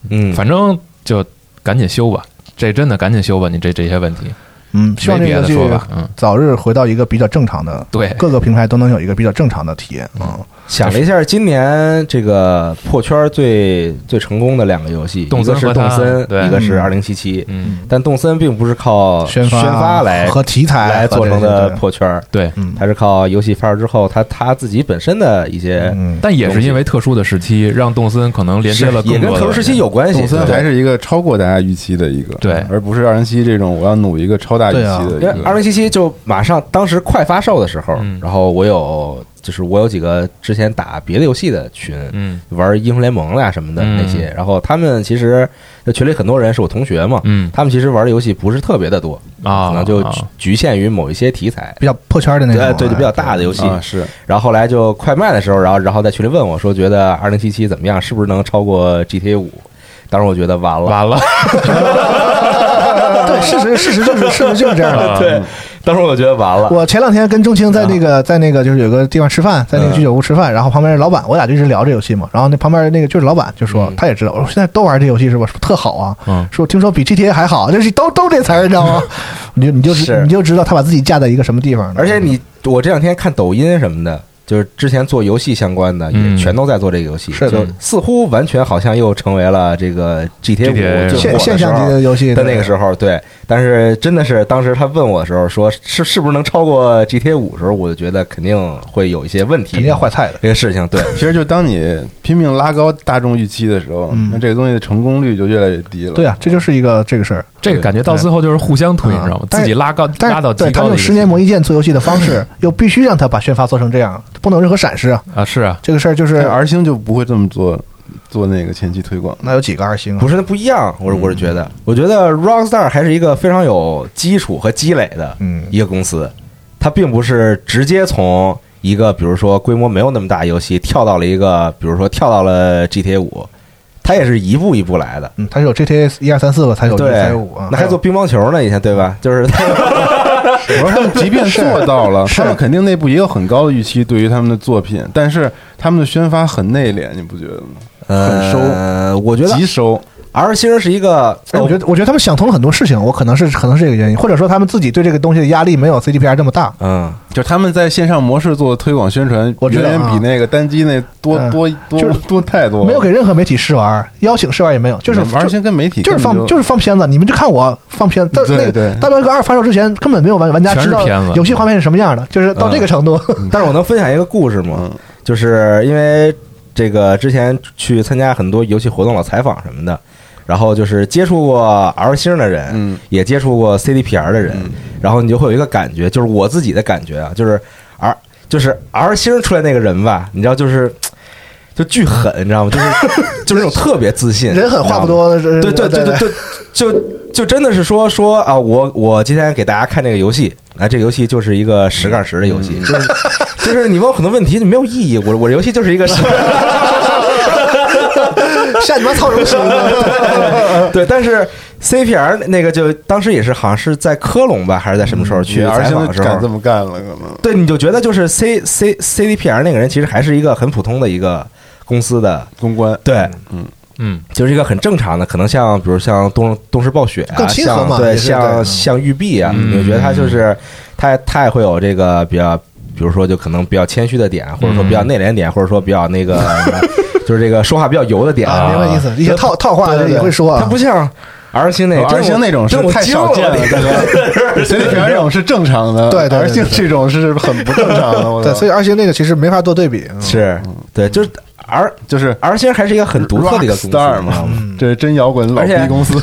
嗯，反正就赶紧修吧，这真的赶紧修吧，你这这些问题，嗯，希望没这别个的说游戏吧，嗯，早日回到一个比较正常的，对各个平台都能有一个比较正常的体验啊。想了一下，今年这个破圈最最成功的两个游戏，动一森个是和它动森，对一个是嗯二零七七。嗯，但动森并不是靠宣发来和题材来做成和的这些，破圈儿，对，嗯，它是靠游戏发售之后，它它自己本身的一些嗯，但也是因为特殊的时期，让动森可能连接了是也跟更多的特殊时期有关系。动森对还是一个超过大家预期的一个，对而不是二零七这种我要努啊一个超大预期的一因为个。二零七七就马上当时快发售的时候，嗯然后我有就是我有几个之前打别的游戏的群，嗯玩英雄联盟啊啦、什么的嗯那些，然后他们其实那群里很多人是我同学嘛，嗯他们其实玩的游戏不是特别的多，啊，可能就啊局局限于某一些题材。比较破圈的那种啊，对对，就比较大的游戏。啊是，然后后来就快卖的时候，然后然后在群里问我说，觉得二零七七怎么样，是不是能超过 GTA 五？当时我觉得完了，完了， [LAUGHS] 对，事实事实就是事实就是这样 [LAUGHS] 的。[LAUGHS] 对，啊当时我觉得完了。我前两天跟钟青在那个在那个就是有个地方吃饭，嗯在那个居酒屋吃饭，然后旁边老板，我俩就一直聊这游戏嘛。然后那旁边那个就是老板就说，嗯他也知道，我说现在都玩这游戏是吧？是不是特好啊？嗯说听说比 GTA 还好，就是都都这词儿，你知道 [LAUGHS] 吗？你就你就是你就知道他把自己架在一个什么地方了。而且你，我这两天看抖音什么的，就是之前做游戏相关的，嗯也全都在做这个游戏，是的就似乎完全好像又成为了这个 GTA 五 GTA 就火现的现时象级候的游戏的那个时候，候，对。但是真的是当时他问我的时候，说是是不是能超过 GTA 五的时候，我就觉得肯定会有一些问肯定题要。坏菜的。这个事情，对，其实就当你拼命拉高大众预期的时候，嗯那这个东西的成功率就越来越低了。对啊，这就是一个这个事儿。这个感觉到最后就是互相推，对你知道吗？但自是己拉高但拉到是极对他高的一用个十年磨级一剑做游戏的 [LAUGHS] 方式，又必须让他把宣发做成这样，不能有任何闪失啊！啊，是啊，这个事儿就是但，R 星就不会这么做，做那个前期推 [LAUGHS] 广。那有几个二星啊？不是那不一样，我是我是觉得，嗯我觉得 Rockstar 还是一个非常有基础和积累的嗯一个公司，它并不是直接从一个比如说规模没有那么大的游戏跳到了一个，比如说跳到了 GTA 五，它也是一步一步来的。嗯，它是有 GTA 一二三四个才有对，才有五啊，那还做乒乓球呢，以前对吧？ [LAUGHS] 就是我说他们即便做到 [LAUGHS] 了，是他们肯定内部也有很高的预期对于他们的作品，但是他们的宣发很内敛，你不觉得吗？很收呃，我觉得极收， R 星是一个，哦哎我觉得，我觉得他们想通了很多事情，我可能是可能是这个原因，或者说他们自己对这个东西的压力没有 CDPR 这么大。嗯，就他们在线上模式做的推广宣传，我知远道啊远比那个单机那多嗯多就多是多太多了。没有给任何媒体试玩，邀请试玩也没有，就是玩就星跟媒体就是放就是是放片子，你们就看我放片子。但对那个对大镖客二发售之前，根本没有玩玩家全是知道片子游戏画面是什么样的，就是嗯到这个 [LAUGHS] 程度。但是我能分享一个故事吗？就是因为这个之前去参加很多游戏活动、老采访什么的，然后就是接触过 R 星的人，嗯也接触过 CDPR 的人，然后你就会有一个感觉，就是我自己的感觉啊，就是 R 就是 R 星出来那个人吧，你知道就是。就巨狠，你知道吗？就是就是那 [LAUGHS] 种特别自信， [LAUGHS] 人狠话不多，对对对对对对，就就真的是说说啊，我我今天给大家看这个游戏，啊，这个游戏就是一个十杠十的游嗯戏，就是就是你问我很多问题没有意义，我我游戏就是一个 [LAUGHS] 下你妈操什么心 [LAUGHS] 呢？对，但是 CPR 那个就当时也是好像是在科隆吧，还是在什么时候去嗯而采且访的时敢这候，么干了，可能对，你就觉得就是 C C C D P R 那个人其实还是一个很普通的一个公司的，公关对，嗯，就是一个很正常的，可能像比如像东东石暴雪啊，更亲和像嘛对，也是像对像育碧啊，嗯你就觉得他就是他他也会有这个比较，比如说就可能比较谦虚的点，或者说比较内敛点，或者说比较那 [LAUGHS] 个就是这个说话比较油的点啊，明白意思，一些套套话对对对也会说啊，他不像 R 星那而哦星那种是真我太惊少见了了，大 [LAUGHS] 哥。随地平这种是正常的，对对对而星对对这种是很不正常的。我对，以所以二星那个其实没法做对比，嗯是对，就是 R 就是 R 星还是一个很独特的一个公司嗯 Rockstar 嘛，这是真摇滚老而且逼公 [LAUGHS] 司， [LAUGHS]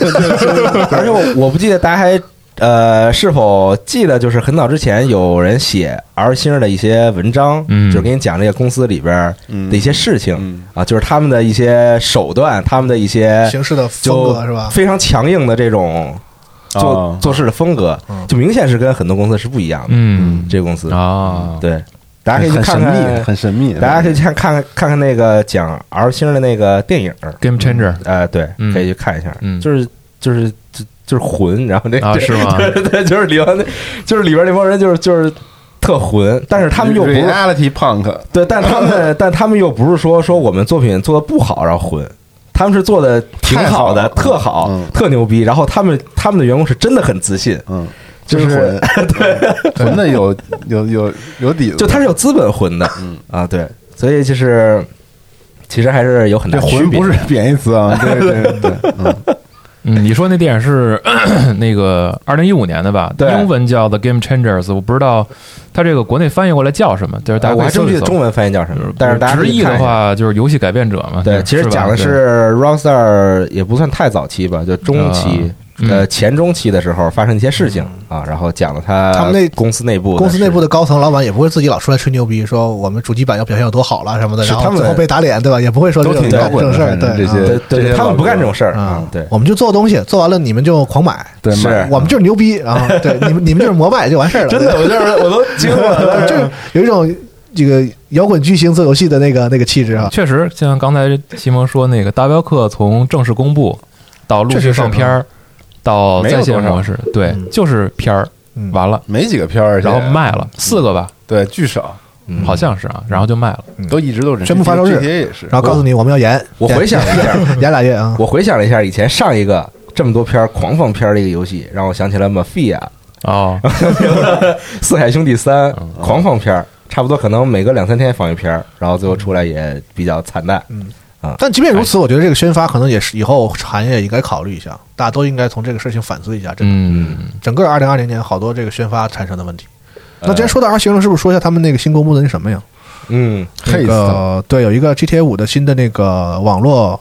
而且我我不记得大家还呃是否记得，就是很早之前有人写 R 星的一些文章，嗯就是给你讲这个公司里边的一些事情、嗯啊，就是他们的一些手段，他们的一些形式的风哎就格是吧？啊非常强硬的这种做、哦做事的风格，嗯就明显是跟很多公司是不一样的。嗯这个公司、啊，对，大家可以去很看神秘，看，很神秘。大家可以去看看看看那个讲 R 星的那个电影， Game Changer 呃，对，嗯可以去看一下，嗯就是就是就就是混，然后那啊，是 [LAUGHS] 吗？对对，就是里边那，就是里边那帮人就是就是特混，但是他们又不是 reality punk，对，但他们但他们又不是说说我们作品做的不好然后混，他们是做的挺好的，太好了特好、嗯特牛逼，然后他们他们的员工是真的很自信，嗯，就真是 [LAUGHS] 混，对，混的有有有有底子，就他是有资本混的，嗯啊对，所以就是其实还是有很大这区混别不是贬义词啊，对对对，嗯，嗯，你说那电影是 [CLEARS THROAT] 那个二零一五年的吧？对英文叫《The Game Changers》，我不知道它这个国内翻译过来叫什么，就是大啊家我可以还真搜不一记得搜中文翻译叫什么，但是大家可嗯直以译看的一下。话就是游戏改变者嘛。对，吧其实讲的对是 Rockstar 也不算太早期吧，就中期，嗯呃，前中期的时候发生一些事情啊，然后讲了他他们那公司内部公司内部的的高层老板也不会自己老出来吹牛逼，说我们主机版要表现有多好了什么的，是然后他们最后被打脸，对吧？也不会说都这种挺摇滚正的，事儿，反正对这啊事些儿，对这些对，他们不干这种事，事儿啊啊，，对，我们就做东西，做完了你们就狂买，对，是买我们就是牛逼，[LAUGHS] 然后对你们你们就是膜拜就完事儿了，真的， [LAUGHS] 我就是我都惊了，对，就是有一种这个摇滚巨星做游戏的那个那个气质啊，嗯确实，像刚才西蒙说那个大镖客从正式公布到陆确续实是上片儿，到在线模式，对，嗯就是片儿嗯，完了，没几个片儿，而且然后卖了四个吧，对巨少，嗯嗯好像是啊，然后就卖了。都一直都是宣布发售日 GTA 也是，然后告诉你我们要延，我延回 [LAUGHS] 想一下，延俩月啊，我回想了一下以前上一个这么多片儿狂放片儿的一个游戏，让我想起了 Mafia 哦，四海兄弟三狂放片儿，差不多可能每隔两三天放一片儿，然后最后出来也比较惨淡。但即便如哎此，我觉得这个宣发可能也是以后行业也应该考虑一下，大家都应该从这个事情反思一下，真的。嗯，整个二零二零年好多这个宣发产生的问题。呃那既然说到 R 星了，是不是说一下他们那个新公布的那什么呀？嗯，那 Haste 个对，有一个 GTA 五的新的那个网络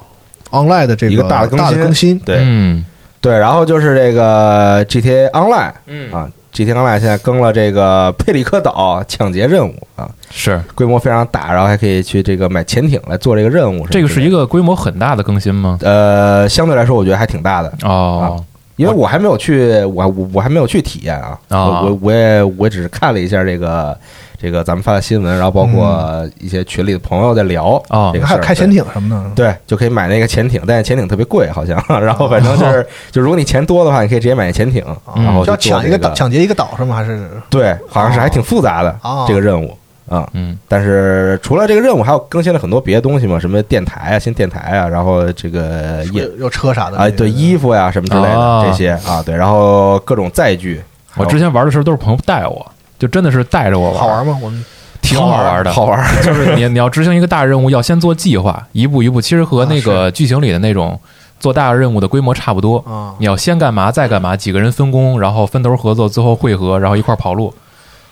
online 的这一个大大的更新的更新，对，嗯对，然后就是这个 GTA Online 嗯啊，GTA Online 现在更了这个佩里克岛抢劫任务啊，是规模非常大，然后还可以去这个买潜艇来做这个任务什么之类的。这个是一个个规模很大的更新吗？呃，相对来说我觉得还挺大的，哦，因为我还没有去，我我我还没有去体验啊，啊我我我也我只是看了一下这个这个咱们发的新闻，然后包括一些群里的朋友在聊哦这个还有开潜艇。艇什么的。对，就可以买那个潜艇，但是潜艇特别贵，好像。 [LAUGHS] 然后反正就是，就如果你钱多的话，你可以直接买那潜艇，嗯然后要去做啊抢这一个岛，抢劫一个岛是吗？还是对，好像是还挺复杂的、哦这个任务啊、嗯但是除了这个任务，还有更新了很多别的东西嘛，什么电台啊、新电台啊，然后这个也有有车啥的？啊、对衣服呀、什么之类的、哦这些啊，对，然后各种载具，我之前玩的时候都是朋友带我，就真的是带着我玩，好玩吗？我们挺好玩的，好玩儿。 [LAUGHS] 就是你你要执行一个大任务，要先做计划，一步一步。其实和那个剧情里的那种做大任务的规模差不多。啊你要先干嘛，再干嘛，几个人分工，然后分头合作，最后汇合，然后一块儿跑路，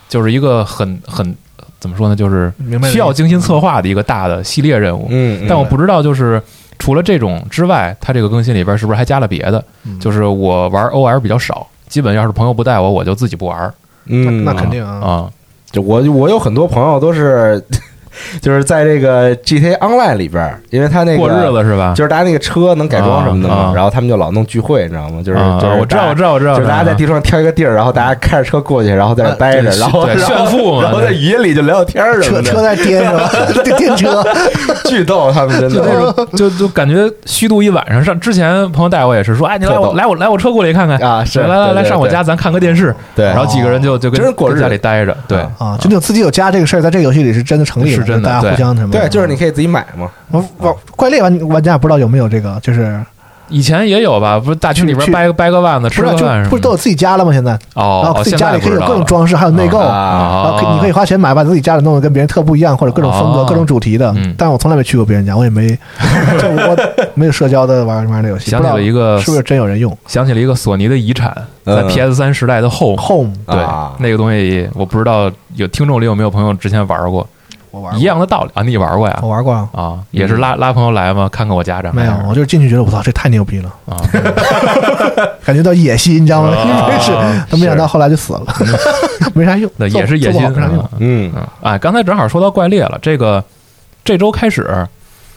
就是一个很很怎么说呢，就是明白了需要精心策划的一个大的系列任务。嗯，但我不知道，就是除了这种之外，它这个更新里边是不是还加了别的？嗯就是我玩 OL 比较少，基本要是朋友不带我，我就自己不玩儿嗯，那肯定啊啊。啊。就我我有很多朋友都是 [LAUGHS] 就是在这个 GTA Online 里边儿，因为他那个过日子是吧？就是大家那个车能改装什么的啊嘛啊，然后他们就老弄聚会，你知道吗？就是啊就是我知道，大我知道，我知道，呃就是大家在地上挑一个地儿，然后大家开着车过去，然后在那儿待着，对然后对然后炫 [LAUGHS] 富嘛然后在对语音里就聊聊天儿什 [LAUGHS] 车么车的，在颠是吧？ [LAUGHS] 电电车，啊巨逗，他们真就那的 [LAUGHS] 种，就就感觉虚度一晚上。上之前朋友带我也是说，哎，你来特我逗来我来我车过来看看啊是来来对来对上我对家，咱啊看个电视。对哦然后几个人就就跟真是过日跟子家里待着，对啊啊，真的有自己有家这个事儿，在这个游戏里是真的成立是真的大家互对相什么？对，就是你可以自己买嘛，玩玩怪猎玩玩家不知道有没有这个，就是以前也有吧，不是大群里边去掰个掰个腕子，不吃是个啊就饭什不么是都的。有自己家了吗？现在，然哦后哦，自己现家在里可以有各种装装饰，还有内购。啊然后可以啊，你可以花钱买，把自己家里弄得跟别人特不一样，或者各种风格、哦各种主题的嗯。但我从来没去过别人家，我 [LAUGHS] 也没，就我没有社交的玩玩的游戏。想起了一不知个道是不是真有人用想起了一个索尼的遗产，嗯在 PS 三时代的 Home， Home？对啊那个东西，我不知道有听众里有没有朋友之前玩过，我玩过一，样的道理啊，你玩过呀我？玩过啊，啊，也是拉拉朋友来嘛，看看我家长没有，我就是进去觉得我操，这太牛逼了，啊，感觉到野心，你知道吗？啊真是， [LAUGHS] 都没想到后来就死了， [LAUGHS] 没啥用，嗯那做也是野 [LAUGHS] 做心不好没啥用。啊。嗯嗯，哎，刚才正好说到怪猎了，这个这周开始，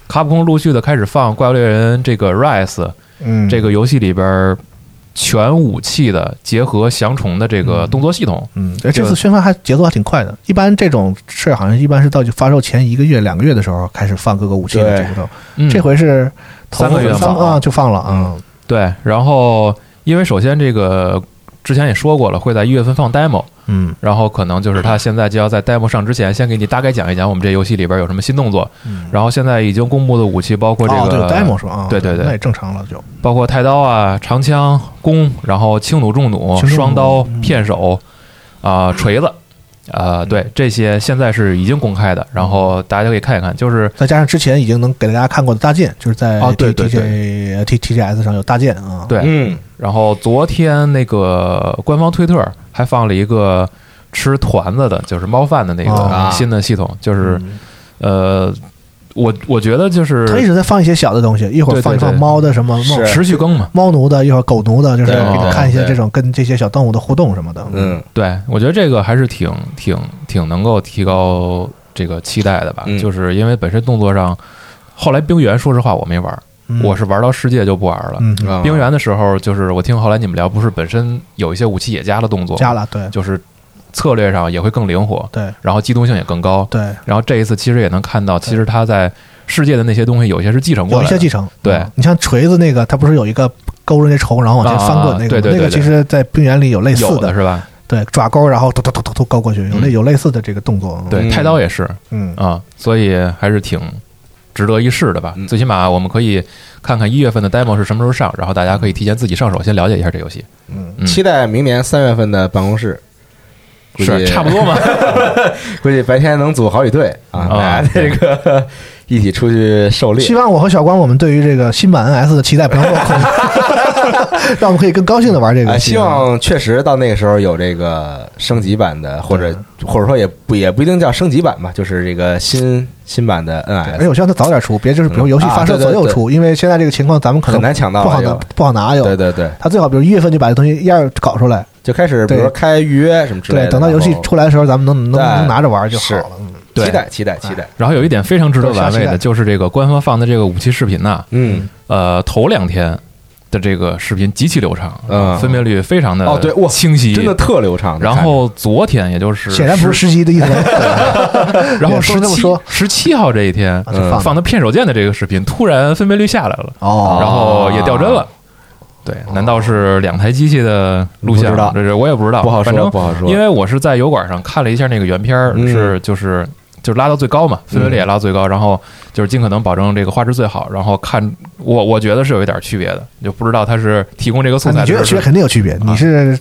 卡普空陆续的开始放《怪物猎人》这个 Rise 嗯，这个游戏里边儿全武器的结合降虫的这个动作系统。嗯，而就这次宣发还节奏还挺快的。一般这种事儿好像一般是到发售前一个月、两个月的时候开始放各个武器的对这个都，嗯这回是头三个月三放啊就放了啊。对，然后因为首先这个之前也说过了，会在一月份放 demo，嗯然后可能就是他现在就要在 demo 上之前，先给你大概讲一讲我们这游戏里边有什么新动作。嗯，然后现在已经公布的武器包括这哦对个 demo 是吧？啊，对对对那也正常了就。包括太刀啊、长枪、弓，然后轻弩、重弩、轻弩双刀嗯、片手啊、锤子啊、对这些现在是已经公开的，然后大家可以看一看，就是再加上之前已经能给大家看过的大剑，就是在哦 T 对对 T J T T G S 上有大剑啊。对嗯，然后昨天那个官方推特还放了一个吃团子的，就是猫饭的那啊个新的系统，就是呃，我我觉得就他一是直在放一些小的东西，一会儿对对放一放对猫的什么是猫持续更嘛，猫奴的，一会儿狗奴的，就是对给你对看一些对这种跟这些小动物的互动什么的。嗯，对我觉得这个还是挺挺挺能够提高这个期待的吧，嗯就是因为本身动作上，后来冰原说实话我没玩儿，嗯，我是玩到世界就不玩了。嗯啊冰原的时候，就是我听后来你们聊，不是本身有一些武器也加了动作，加了，对就是策略上也会更灵活，对然后机动性也更高。对，然后这一次其实也能看到，其实他在世界的那些东西有些是继承过有一来些的继，承。对嗯你像锤子那个，它不是有一个勾着那虫，然后往前翻滚那啊对个吗？对对那对个其实，在冰原里有类似有的，是吧？对爪钩，然后突突突突突勾过去，有类嗯有类似的这个动作。啊对，嗯太刀也是嗯，啊，所以还是挺值得一试的吧嗯。最起码我们可以看看一月份的 demo 是什么时候上，然后大家可以提前自己上手先了解一下这游戏。嗯嗯，期待明年三月份的办公室，估计是差不多嘛。估计白天能组好几队啊，大啊家这个 [LAUGHS] 一起出去狩猎啊希。望我和小光，我们对于这个新版 NS 的期待不要落空， [LAUGHS] 让我们可以更高兴的玩这个啊，游戏。希望确实到那个时候有这个升级版的，或者或者说也不也不一定叫升级版吧，就是这个新新版的哎而 NS，且我希望它早点出，别就是比如游戏嗯啊发售对对左右对出，因为现在这个情况咱们可能很难抢到不好了拿又，不好拿又。对对对，他最好比如一月份就把这东西一样搞出来，就开始比如说对开预约什么之类对，的，等到游戏然后出来的时候，咱们能能对能拿着玩就好是了。嗯对期待期待期待，然后有一点非常值得玩对味下期待的，就是这个官方放的这个武器视频呐、嗯，呃，头两天的这个视频极其流畅，嗯分辨率非常的哦对哇清晰，真的。特流畅。嗯然后昨天也就是显然不是十，实习的 [LAUGHS] 意思，然后也不十能这么七说十七号这一天啊就放放的了骗手剑的这个视频，突然分辨率下来了，哦然后也掉帧了。对，难道是两台机器的录不像知道？这是我也不知道，不好反说正不好说，因为我是在油管上看了一下那个原片儿，嗯是就是就是拉到最高嘛，分辨率也拉到最高，然后就是尽可能保证这个画质最好，然后看我我觉得是有一点区别的，就不知道它是提供这个素材啊你的觉时候是，得有区别肯定有区别，啊你是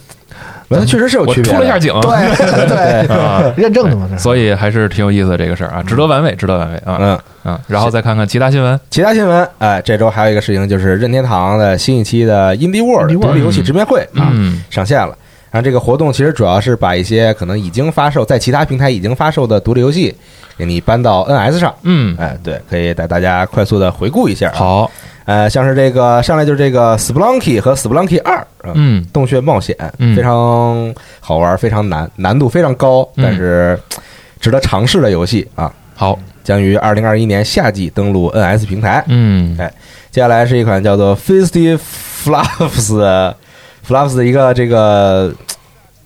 为它确实是有我区别的。出了一下警，对 [LAUGHS] 对 [LAUGHS] 啊认证的嘛，这是所以还是挺有意思的这个事儿啊，值得玩味，值得玩味啊嗯，嗯，然后再看看其他新闻，其他新闻，哎，这周还有一个事情就是任天堂的新一期的 Indie World 独 Indie World，立游戏直面会啊，嗯上线了。然后这个活动其实主要是把一些可能已经发售在其他平台已经发售的独立游戏给你搬到 NS 上。嗯，哎，对，可以带大家快速的回顾一下、啊。，好，呃，像是这个上来就是这个 Splunky 和 Splunky 二啊，嗯洞穴冒险嗯非常好玩，非常难，难度非常高，嗯但是值得尝试的游戏啊。好，将于二零二一年夏季登陆 NS 平台。嗯哎接下来是一款叫做 Fisty Fluffs [LAUGHS] 的 Fluffs 的一个这个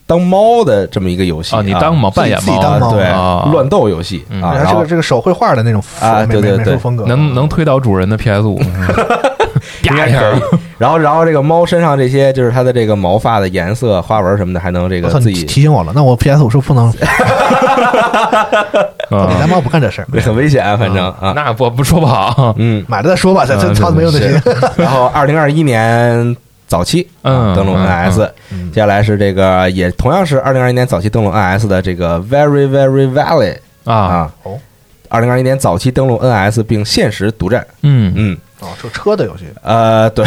当猫的这么一个游戏啊你当猫扮演自己猫当啊对啊乱斗游戏嗯啊，然然后这后个这个手绘画的那种啊美对对美美对术风格，啊能能推倒主人的 PS [LAUGHS] 五，应啪该一下可以，然后然后这个猫身上这些就是它的这个毛发的颜色、花纹什么的，还能这我个操，自你己提醒我了，那我 PS 五是不是 [LAUGHS] 不能，你啊家猫不干这事儿，很危险啊，反正嗯啊，那我不说不好，嗯，买了再说吧，这这嗯操没用的是心。 [LAUGHS] 然后二零二一年早期啊嗯登陆嗯 NS，嗯接下来是这个也同样是二零二一年早期登陆 NS 的这个 Very Very Valley 啊，啊哦，二零二一年早期登陆 NS 并限时独占，嗯嗯 [LAUGHS] 哦，就车的游戏，呃对，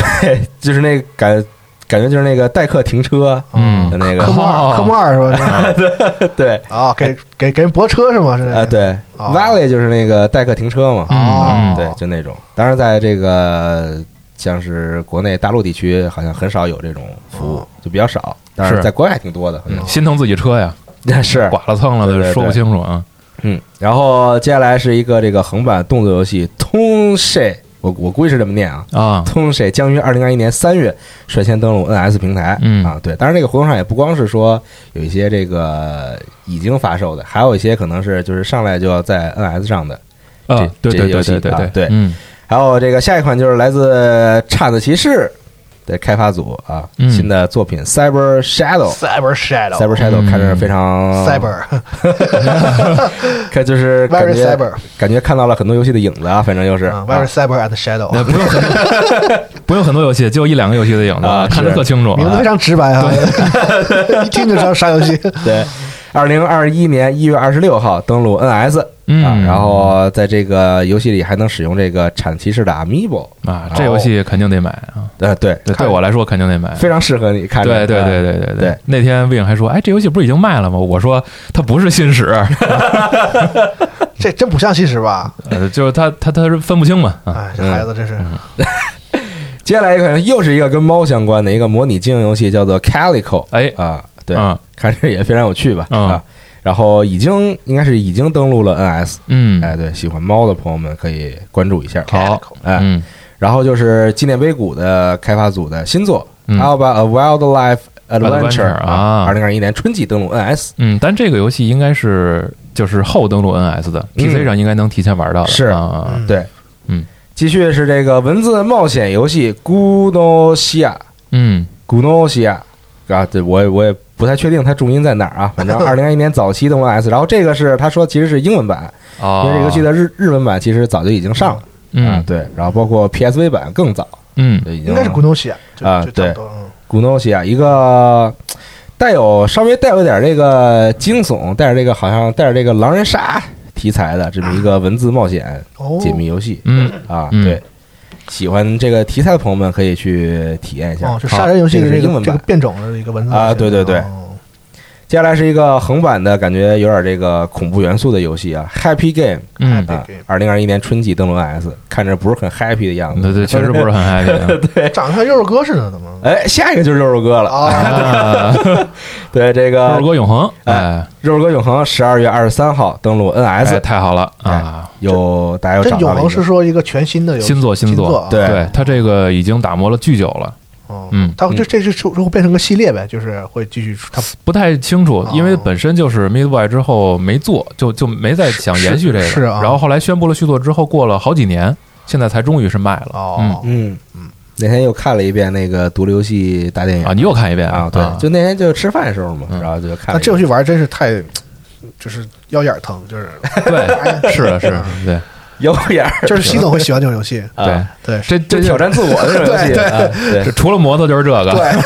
就是那个感感觉就是那个代客停车嗯的那科个 [LAUGHS] 目哦二，科目二是吧？啊对啊，给给给人泊车是吗？是啊对哦 Valley 就是那个代客停车嘛，哦嗯，对就那种，当然在这个。像是国内大陆地区好像很少有这种服务哦，就比较少，但是是在国外还挺多的，好像嗯心疼自己车呀， [LAUGHS] 是，剐了蹭了对对对的，说不清楚啊。嗯，然后接下来是一个这个横版动作游戏《通谁》，我我估计是这么念啊，啊《通谁》将于二零二一年三月率先登陆 NS 平台。嗯啊，对，当然这个活动上也不光是说有一些这个已经发售的，还有一些可能是就是上来就要在 NS 上的。啊，这这对对些游对戏对对啊对嗯还有这个下一款就是来自叉子骑士的开发组啊，嗯新的作品《Cyber Shadow》。哦 Cyber Cyber 哦 Shadow，Cyber Shadow 嗯嗯看着非常看 [LAUGHS] 就是感 Very 觉 Cyber 感觉看到了很多游戏的影子啊，反正就是 [LAUGHS] 啊，Very 啊 Cyber and Shadow，那不用很多 [LAUGHS] 不用很多游戏，就一两个游戏的影子啊，看得是特清楚名字啊非。常直白啊， [LAUGHS] 一听就知道啥游 [LAUGHS] 戏。啊对，二零二一年一月二十六号登陆 NS 啊，嗯，然后在这个游戏里还能使用这个产骑士的 Amiibo，啊，这游戏肯定得买啊，呃，对，对对我来说肯定得买。啊非常适合你看着，对对对对，对对对。那天 Win 还说：“哎，这游戏不是已经卖了吗？”我说：“它不是新史，这真不像其实吧？呃 [LAUGHS] 就是它它它是分不清嘛。啊哎，这孩子真嗯是接下来可能又是一个跟猫相关的一个模拟经营游戏，叫做 Calico，” 哎，啊，对，嗯看着也非常有趣吧，嗯啊。然后已经应该是已经登录了 NS，嗯，哎，对，喜欢猫的朋友们可以关注一下。好，哎，嗯然后就是纪念碑谷的开发组的新作《嗯 Alba A Wildlife Adventure Adventure》啊二零二一年春季登陆 NS。嗯，但这个游戏应该是就是后登陆 NS 的嗯，PC 上应该能提前玩到的。是啊，对，嗯，继续是这个文字冒险游戏《古诺西亚》，嗯古诺西亚啊，对我也我也不太确定它重音在哪儿 [LAUGHS] 啊，反正二零二一年早期登陆 NS。然后这个是他说其实是英文版，啊，因嗯为这个游戏的日日文版其实早就已经上了啊嗯，对，然后包括 PSV 版更早，嗯就已经应该是古东西啊就差不多嗯古诺西亚啊一个嗯带有稍微带有点这个惊悚，带着这个好像带着这个狼人杀题材的这么一个文字冒险哦，解密游戏嗯啊，嗯对，喜欢这个题材的朋友们可以去体验一下啊哦，。就杀人游戏这的个是这英个文这版个变种的一个文字啊对对啊对哦接下来是一个横版的感觉，有点这个恐怖元素的游戏啊，Happy Game 嗯，啊 Happy Game，二零二一年春季登陆 NS，看着不是很 happy 的样对子。对，确实不是很 [LAUGHS] happy 哎长得像肉肉哥似的，怎么？哎，下一个就是肉肉哥了。啊，啊。对，这啊个肉哥永恒，哎哎，肉肉哥永恒十二月二十三号登陆 NS，哎太好了啊！有大家有这找到永了一恒个是说一个全新的游戏新作新作，啊哎对对他这个已经打磨了巨久了，哦嗯它这这是是会变成个系列呗，就是会继续出它不太清楚哦，因为本身就是 Midway 之后没做，就就没再想延续这个。是是啊然后后来宣布了续作之后，过了好几年，现在才终于是卖了。哦，嗯，那天又看了一遍那个独立游戏大电影啊，你又看一遍啊对，就那天就吃饭的时候嘛，嗯然后就看那了一遍。这游戏玩真是太，就是腰眼儿疼，就是对， [LAUGHS] 是的，是的，对有眼儿，就是习总会喜欢这种游 [LAUGHS] 戏，对啊，对，这就这挑战自我的这种游戏，对啊 [LAUGHS] 这对，除了摩托就是这个，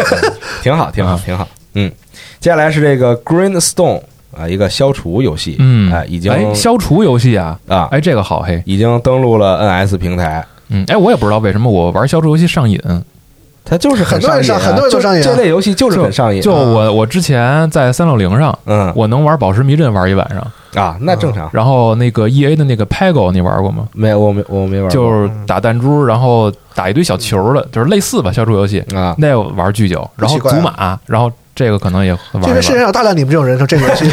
挺好，挺好，挺好。嗯，接下来是这个 Green Stone 啊，一个消除游戏，嗯，啊，已经哎消除游戏啊，啊，哎这个好嘿，已经登录了 NS 平台，嗯，哎我也不知道为什么我玩消除游戏上瘾，它就是很很多人上瘾啊上很多人都就上瘾啊这类游戏就是就很上瘾，啊就我我之前在三六零上，嗯我能玩宝石迷阵玩一晚上，啊，那正常。然后那个 E A 的那个 Peggle 你玩过吗？没有，我没我没玩过，就是打弹珠，然后打一堆小球的，就是类似吧，消除游戏。啊那玩儿巨久，然后奇怪啊祖玛，然后这个可能也玩一玩这个世界上有大量你们这种人说这个游戏，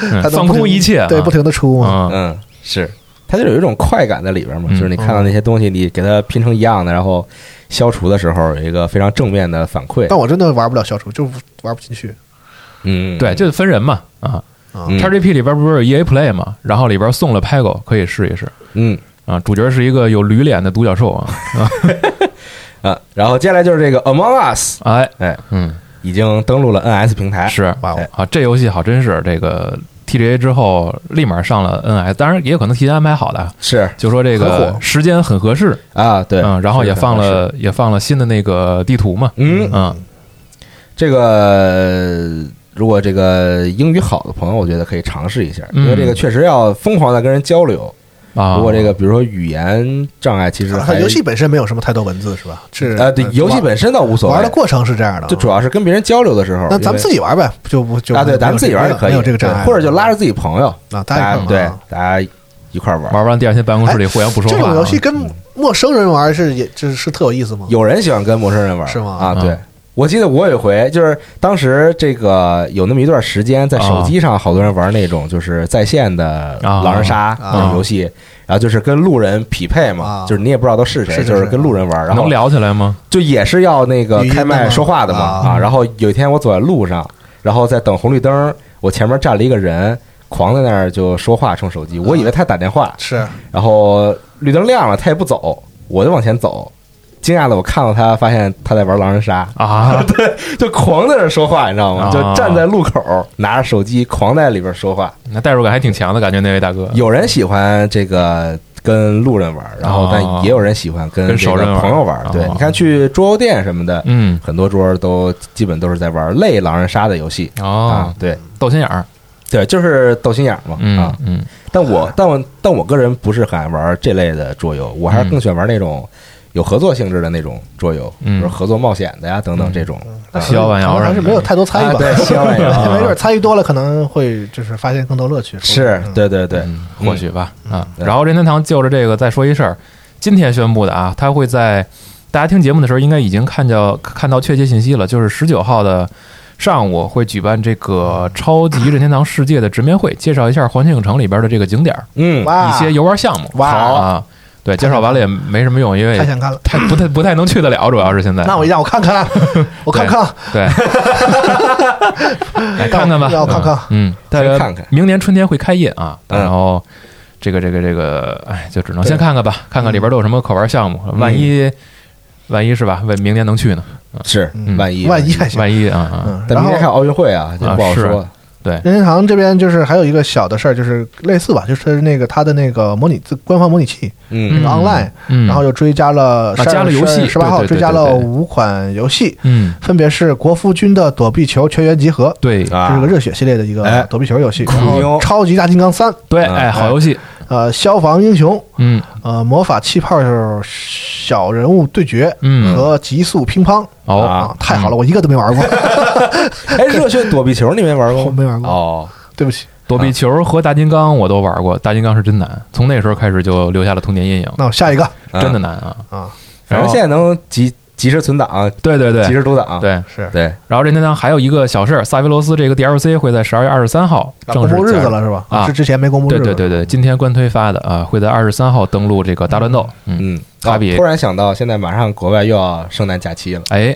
嗯 [LAUGHS] 它都放不停空一切啊，对，不停的出嘛。嗯，嗯，是，它就有一种快感在里边嘛，嗯就是你看到那些东西，你给它拼成一样的，然后消除的时候有一个非常正面的反馈。但我真的玩不了消除，就玩不进去嗯，对，就是分人嘛啊。啊。嗯 XGP 里边不是有 EA Play 嘛，然后里边送了 Pego，可以试一试嗯啊。主角是一个有驴脸的独角兽 [LAUGHS] 啊，啊，然后接下来就是这个 Among Us，哎，哎，嗯，已经登录了 NS 平台，是哇哦，啊，这游戏好真是这个 TGA 之后立马上了 NS，当然也有可能提前安排好的，是就说这很个火时间很合适，啊，对，嗯，然后也放是的，了也放了新的那个地图嘛，嗯嗯，这个如果这个英语好的朋友，我觉得可以尝试一下，因为这个嗯确实要疯狂的跟人交流。啊，如果这个比如说语言障碍，其实啊还它游戏本身没有什么太多文字是吧？是呃，对，游戏本身倒无所谓，玩的过程是这样的啊，就主要是跟别人交流的时候，那咱们自己己玩呗，就不就啊，对，没有咱们自己玩没也有可以，没有这个障碍，对或者就拉着自己朋友，大啊，大家家可以对啊哎大家一块玩。玩完第二天办公室里互相不说话这哎啊，种游戏跟陌生人玩是也这是特有意思吗？嗯有人喜欢跟陌生人玩，是吗啊，嗯对。我记得我有一回，就是当时这个有那么一段时间，在手机上好多人玩那种就是在线的狼人杀啊那种游戏，然后就是跟路人匹配嘛啊，就是你也不知道都是谁，是是就是是跟路人玩，然后啊能聊起 [LAUGHS] 来吗？就也是要那个语音的开麦吗说话的嘛啊啊。然后有一天我走在路上，然后在等红绿灯，我前面站了一个人，狂在那儿就说话冲手机，嗯我以为他打电话，是然后绿灯亮了，他也不走，我就往前走。惊讶的我看到他，发现他在玩狼人杀，啊，就狂在那儿说话，你知道吗？啊就站在路口拿着手机狂在里边说话。 [LAUGHS] 那代入感还挺强的，感觉那位大哥有人喜欢这个跟路人玩，然后但啊也有人喜欢跟跟这熟个人玩朋友玩啊。对，你看去桌游店什么的，嗯，很多桌都基本都是在玩类狼人杀的游戏啊哦，，对斗心眼儿，对，就是斗心眼儿嘛嗯啊。嗯，但我但我但我个人不是很爱玩这类的桌游，我嗯还是更喜欢玩那种有合作性质的那种桌游，比嗯如合作冒险的呀等等这种。嗯啊逍遥晚可游能还是没有太多参与啊吧。 [LAUGHS] 哎对，西外啊没准参与多了，可能会就是发现更多乐趣。说是不定，对对对，嗯或许吧啊。对然后任天堂就着这个再说一事儿，今天宣布的啊，他会在大家听节目的时候应该已经看到看到确切信息了，就是十九号的上午会举办这个超级任天堂世界的直面会，介绍一下环球影城里边的这个景点儿、嗯，哇，一些游玩项目。哇啊，对，介绍完了也没什么用，因为太想看了。太 [LAUGHS] 不太不太能去得了，主要是现在。那我让我 [LAUGHS] 看看啊，我看看啊， [LAUGHS] 对，来看看吧，让我看看嗯，大家先看看明年春天会开业啊，嗯然后这个这个这个，哎，就只能先看看吧，看看里边都有什么可玩项嗯目，万一万一是吧，为明年能去呢，是嗯万哎一万一还行。万一啊啊，嗯，但明然后天还有奥运会啊，就不好啊是说。对，任天堂这边就是还有一个小的事儿，就是类似吧，就是那个它的那个模拟自官方模拟器嗯嗯 online，嗯，然后又追加了啊加了游戏十八号对对对追加了对对对五款游戏，嗯，分别是国服军的躲避球全员集合，对这啊是个，热血系列的一哎个躲避球游戏，酷然哦后妞超级大金刚三，对，嗯哎，好游戏，呃，消防英雄，嗯呃，魔法气泡小人物对决嗯，和极速乒乓哦，啊太好了，我一个都没 [LAUGHS] 玩过，哎，热血躲避球你没玩过我吗？没玩过，哦，对不起，躲避球和大金刚我都玩过，大金刚是真难，从那时候开始就留下了童年阴影，那我下一个啊真的，难啊，啊，反正现在在能及及时存档，对对及对时读档，对。是对，然后任天堂还有一个小事儿，萨菲罗斯这个 DLC 会在十二月二十三号啊正公式布日加子入了是吧？啊是之前没公布对日子，对对对，今天官推发的啊，会在二十三号登陆这个大乱斗。嗯，嗯，卡比哦突然想到，现在马上国外又要圣诞假期了，哎，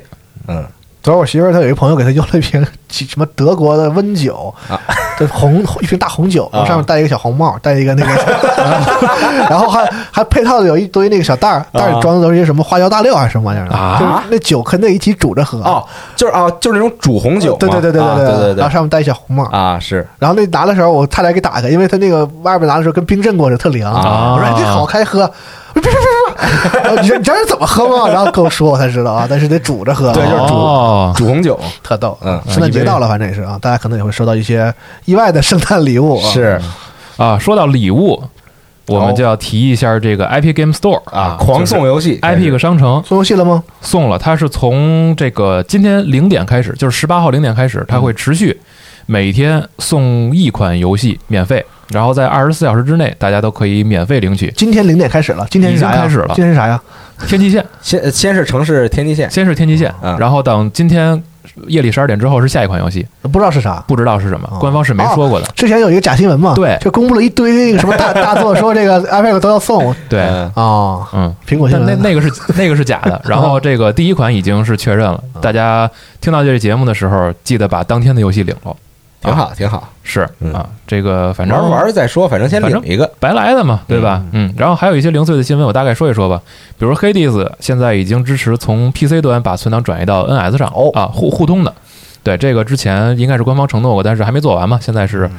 嗯，昨儿我媳妇儿她有一朋友给她邮了一瓶几什么德国的温酒啊，这红一瓶大红酒，然后上面戴一个小红帽，戴一个那个，然后还还配套的有一堆那个小袋儿，袋儿里装的都是一些什么花椒大料还是什么玩意儿的啊就是那酒跟那一起煮着喝。哦，就是啊，就是那种煮红酒嘛，对对对对啊对对对然后上面戴一小红帽，啊，是然后那拿的时候我差点给打开，因为他那个外面拿的时候跟冰镇过似的，特凉。啊我说哎这好开喝，别别别别，然后你说你这是怎么喝吗？然后跟我说我才知道啊，但是得煮着喝啊，对就是煮哦煮红酒，特逗，嗯圣诞节到了，反正也是啊，大家可能也会收到一些意外的圣诞礼物啊，是啊。说到礼物，我们就要提一下这个 IP Game Store 啊，狂送游戏 Epic 商城做游戏了吗？送了，它是从这个今天零点开始，就是十八号零点开始，它嗯会持续每天送一款游戏免费，然后在二十四小时之内，大家都可以免费领取。今天零点开始了，今天是啥呀？已经开始了今天是啥呀？天际线呃先先是城市天际线先是天际线嗯，然后等今天夜里十二点之后是下一款游戏，不知道是啥。不知道是什么，哦官方是没说过的。之前有一个假新闻嘛，对就公布了一堆那个 [LAUGHS] 什么大大作，说这个 Epic 都要送对，嗯哦，嗯，苹果新但那闻那个是那个是假 [LAUGHS] 的。然后这个第一款已经是确认了，嗯大家听到这个节目的时候，记得把当天的游戏领了。挺好，挺好，是嗯啊，这个反正玩玩儿再说，反正先领一个。白来的嘛，对吧？嗯，然后还有一些零碎的新闻，我大概说一说吧。比如 Hades 现在已经支持从 PC 端把存档转移到 NS 上哦啊，互互通的。对，这个之前应该是官方承诺过，但是还没做完嘛，现在嗯是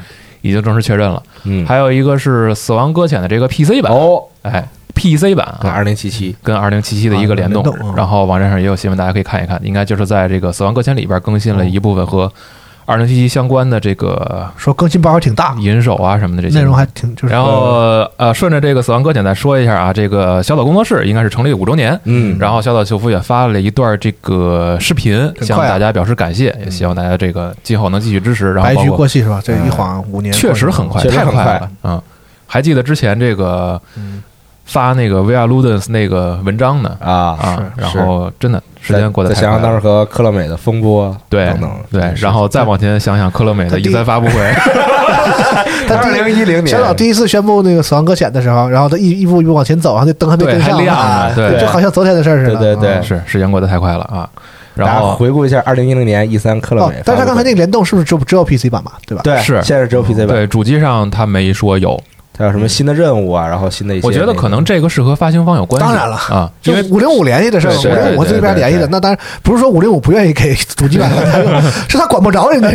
已经正式确认了。嗯，还有一个是《死亡搁浅》的这个 PC 版，哦，哎，PC 版啊，二零七七，跟二零七七的一个联动啊联动啊，然后网站上也有新闻，大家可以看一看。应该就是在这个《死亡搁浅》里边更新了一部分和二零七七相关的这个说更新包还挺大，银手啊什么的这些哦内容还挺就 [LAUGHS] 是 [LAUGHS] 然后呃，顺着这个《死亡搁浅》再说一下啊，这个小岛工作室应该是成立五周年，嗯，然后小岛秀夫也发了一段这个视频，快啊向大家表示感谢，嗯也希望大家这个今后能继续支持。然后白包驹括嗯过隙是吧？这一晃五年，确实很快，确实太很快嗯了，嗯，还记得之前这个发那个 VR Ludens 那个文章呢啊，啊，是然后真的时间过得再太想快想当时了。和科乐美的风波，对等等，对，然后再往前想想科乐美的他第一 [LAUGHS] 三发布会，他第一一零小岛第一次宣布那个死亡搁浅的时候，然后他一一步一步往前走，然后那灯还没对，跟还上亮呢，呢，对对就好像昨天的事儿似的。对对对嗯是时间过得太快了啊。大然家后回顾一下二零一零年 E 三科乐哦美发布会，，但是他刚才那个联动是不是只有只有 PC 版嘛？对吧？对是现在只有 PC 版，对主机上他没说有，它有什么新的任务啊？然后新的一些，我觉得可能这个是和发行方有关系。当然了啊，就因为五零五联系的事儿，对五对零五对这边对联系的，对那当然不是说五零五不愿意给主机玩家 [LAUGHS] 他用，是他管不着人家。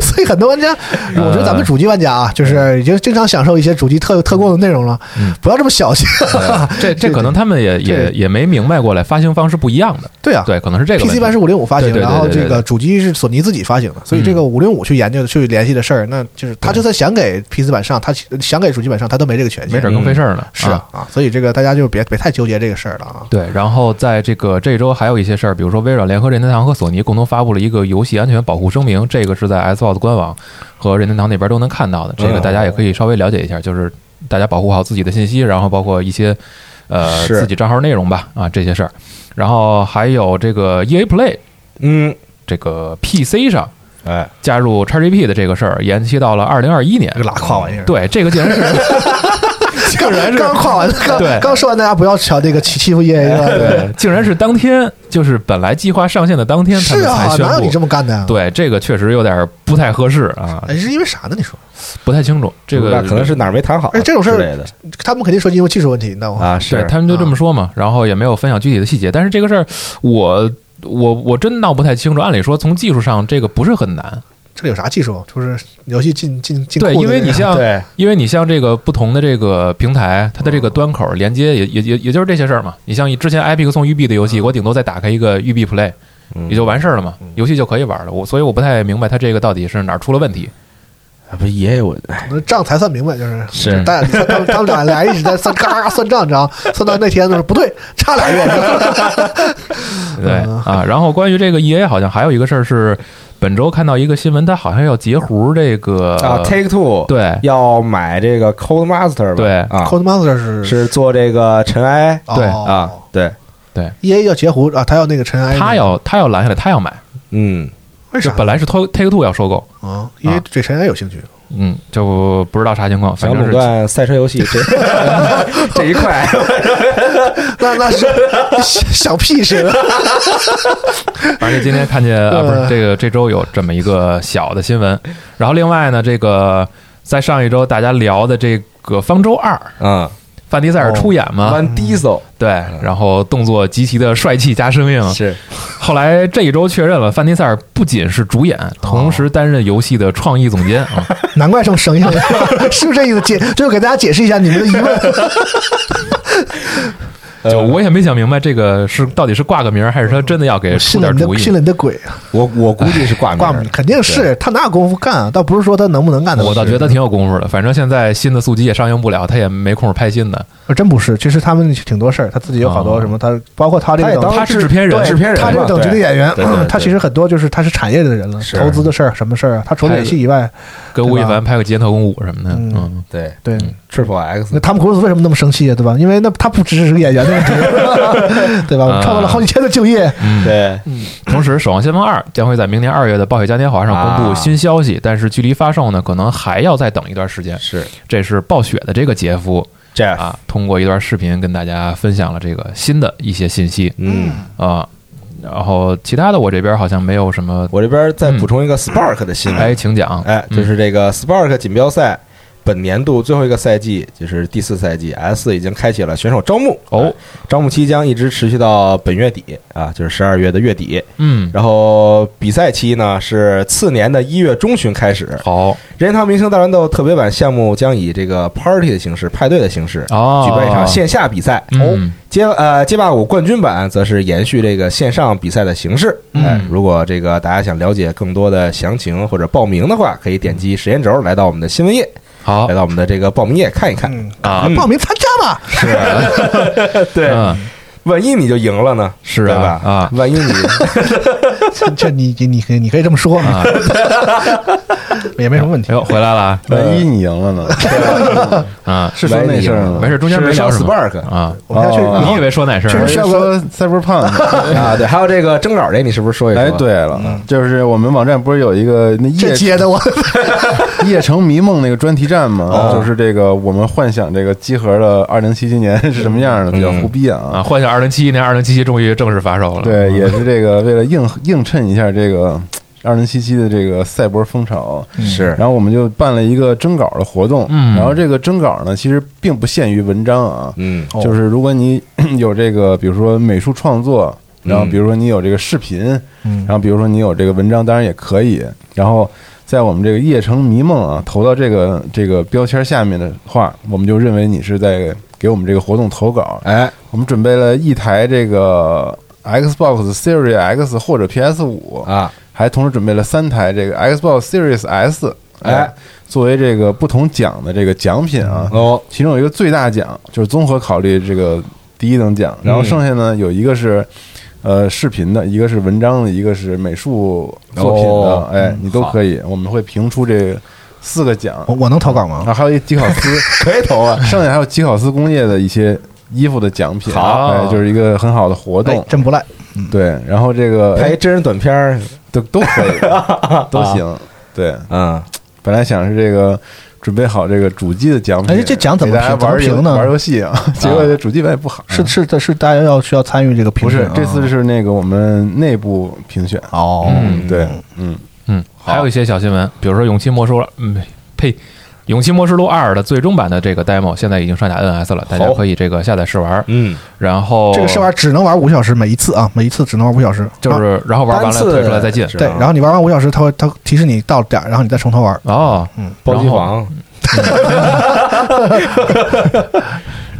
所以很多玩家，我觉得呃咱们主机玩家啊，就是已经经常享受一些主机特特供的内容了嗯，不要这么小气。 [LAUGHS] 这这可能他们也也也没明白过来，发行方是不一样的。对啊，对，可能是这个问题。 PC 版是五零五发行，对对对然后这对对嗯个对主机是索尼自己发行的，所以这个五零五去研究、去联系的事儿，那就是他就算想给 PC 版上，他想给主机版上，他都没这个权限。没准更费事儿呢。是啊啊啊，所以这个大家就别别太纠结这个事儿了啊。对，然后在这个这周还有一些事儿，比如说微软联合任天堂和索尼共同发布了一个游戏安全保护声明，这个是在 Xbox 官网和任天堂那边都能看哦到的。这个大家也可以稍微了解一下，就是大家保护好自己的信息，然后包括一些呃是自己账号内容吧，啊这些事儿。然后还有这个 EA Play 嗯，这个 PC 上哎，加入 XGP 的这个事儿，延期到了二零二一年这。个拉胯玩意儿，对，这个竟然是竟然是刚跨完，对刚刚说完，大家不要瞧这个欺欺负 EA 了， [LAUGHS] 竟然是当天，就是本来计划上线的当天，他是们才啊，宣哪有你布这。么干的呀？对，这个确实有点不太合适啊，哎，是因为啥呢？你说不太清楚。这不知个道可能是哪儿没谈好，哎这种事儿哦之类的他们肯定说因为技术问题，那我啊，对是他们就这么说嘛，然后也没有分享具体的细节。但是这个事儿，我我我真闹不太清楚。按理说，从技术上这个不是很难，这里有啥技术？就是游戏进进进对，库因的为那你个像对，因为你像这个不同的这个平台，它的这个端口连接也也也也就是这些事儿嘛。你像之前 Epic 送育碧的游戏，我顶多再打开一个育碧 Play，嗯也就完事儿了嘛，游戏就可以玩了。我所以我不太明白它这个到底是哪儿出了问题。啊不也有哎那账才算明白，就是是但他他他们俩俩人一直在算，嘎嘎算账，你知道吗？算到那天的时候不对，差俩月。嗯对啊，然后关于这个 E A 好像还有一个事儿是，本周看到一个新闻，它好像要截胡这个啊，Take Two 呃对要买这个 Cold Master 吧？对啊， Cold Monster 是哦是做这个尘埃对啊，对， ，E A 要截胡啊，他要那个尘埃，他要他要拦下来，他要买，嗯，为就啥本来是 Take Take Two 要收购，啊？E A 对尘埃有兴趣，嗯，就不知道啥情况，反小正垄是断赛车游戏这这一块，那那是想屁似的。反正今天看 [LAUGHS] 见啊，不是这个这周有这么一个小的新闻，然后另外呢，这个在上一周大家聊的这个《方舟二》，嗯范迪塞尔哦出演嘛， ，One Diesel 对，嗯然后动作极其的帅气加生硬，是后来这一周确认了，范迪塞尔不仅是主演，同哦时担任游戏的创意总监 [LAUGHS] 啊。难怪这么 [LAUGHS] 生硬，是不是这意思？解，就给大家解释一下你们的疑问。就嗯呃我也没想明白，这个是到底是挂个名儿，还是他真的要给出信了点你主的，意信？了你的鬼，我我估计是挂名挂儿的，肯定是他哪有功夫干啊？倒不是说他能不能干的问我题，倒觉得挺有功夫的。反正现在新的速激也上映不了，他也没空拍新的。呃真不是，其实他们挺多事儿，他自己有好多什么，他包括他嗯这他也个当他是制片人对制片人嘛，他这个等级的对演员嗯对对对，他其实很多就是他是产业的人了，是投资的事儿什么事儿啊，他除了演戏以外，跟吴亦凡拍个《极限特工五》什么的，嗯嗯，对对。 Triple X 那汤姆·克鲁斯为什么那么生气啊？对吧？因为那他不只是个演员的 [LAUGHS] 问题，对吧？啊创造了好几千的就业，对同时，《守望先锋二》将会在明年二月的《暴雪嘉年华》上公布啊新消息，但是距离发售呢，可能还要再等一段时间。是这是暴雪的这个杰夫 Jeff，啊，通过一段视频跟大家分享了这个新的一些信息嗯，啊。然后其他的我这边好像没有什么，我这边再补充一个 Spark 的新闻，哎，请讲，哎，就嗯是这个 Spark 锦标赛本年度最后一个赛季，就是第四赛季，S 已经开启了选手招募哦，招募期将一直持续到本月底啊，就是十二月的月底。嗯，然后比赛期呢是次年的一月中旬开始。好，任天堂明星大乱斗特别版项目将以这个 party 的形式、派对的形式哦，举办一场线下比赛。嗯街呃街霸五冠军版则是延续这个线上比赛的形式。嗯哎，如果这个大家想了解更多的详情或者报名的话，可以点击时间轴来到我们的新闻页，好来到我们的这个报名页看一看。啊，嗯报名参加吧。对嗯万一你就赢了呢？是啊对吧？啊万一你这这你你你可以你可以这么说，啊， [LAUGHS] 也没什么问题哎。呦，回来了啊万一你赢了 [LAUGHS] 呢？啊，是说那事儿吗？ [LAUGHS] 没事，中间没聊上什么 Spark 啊，我们要去哦你以为说哪事确儿实？说 Cyberpunk。啊，对，还有这个征稿这，你是不是说一说？ [LAUGHS] 哎，对了，就是我们网站不是有一个那夜这接的我 [LAUGHS] 夜城迷梦那个专题站啊嘛，就是这个我们幻想这个集合的二零七七年是什么样的，比较胡逼啊，啊。幻想二零七一年，二零七七终于正式发售了。对，也是这个为了映映衬一下这个二零七七的这个赛博风潮，是然后我们就办了一个征稿的活动。嗯然后这个征稿呢，其实并不限于文章啊，嗯哦就是如果你 [COUGHS] 有这个，比如说美术创作，嗯然后比如说你有这个视频，然后比如说你有这个文章，当然也可以。然后在我们这个夜城迷梦啊投到这个这个标签下面的话，我们就认为你是在给我们这个活动投稿。哎，我们准备了一台这个 Xbox Series X 或者 PS 五啊，还同时准备了三台这个 Xbox Series S，哎，作为这个不同奖的这个奖品啊。哦，其中有一个最大奖，就是综合考虑这个第一等嗯奖，然后剩下呢有一个是呃视频的，一个是文章的，一个是美术作品的，哦哎，你都可以，我们会评出这四个奖，我我能投稿然吗？后还有一吉考斯，哦 [LAUGHS] 可以投啊。剩下还有吉考斯工业的一些衣服的奖品，好哎，就是一个很好的活哎动，，真不赖。嗯对，然后这个拍哎一真人短片儿，都都 [LAUGHS] 可以，都行，对，嗯，本来想是这个准备好这个主机的奖品，哎这奖怎么给大家评怎么玩游评呢玩游戏啊， [LAUGHS] 结果这主机版也不好，是是的，是大家要需要参与这个评不审是啊。这次是那个我们内部评选，哦，嗯对，嗯，嗯，还有一些小新闻，比如说《勇气魔兽》，嗯，呸，《勇气魔兽录二》的最终版的这个 demo 现在已经上架 NS 了，大家好可以这个下载试玩。嗯，然后哦这个试玩只能玩五小时，每一次啊，每一次只能玩五小时。就啊是，然后玩完单了次退出来再进。是对，啊然后你玩完五小时，他会他提示你到点儿，然后你再从头玩。哦，包机房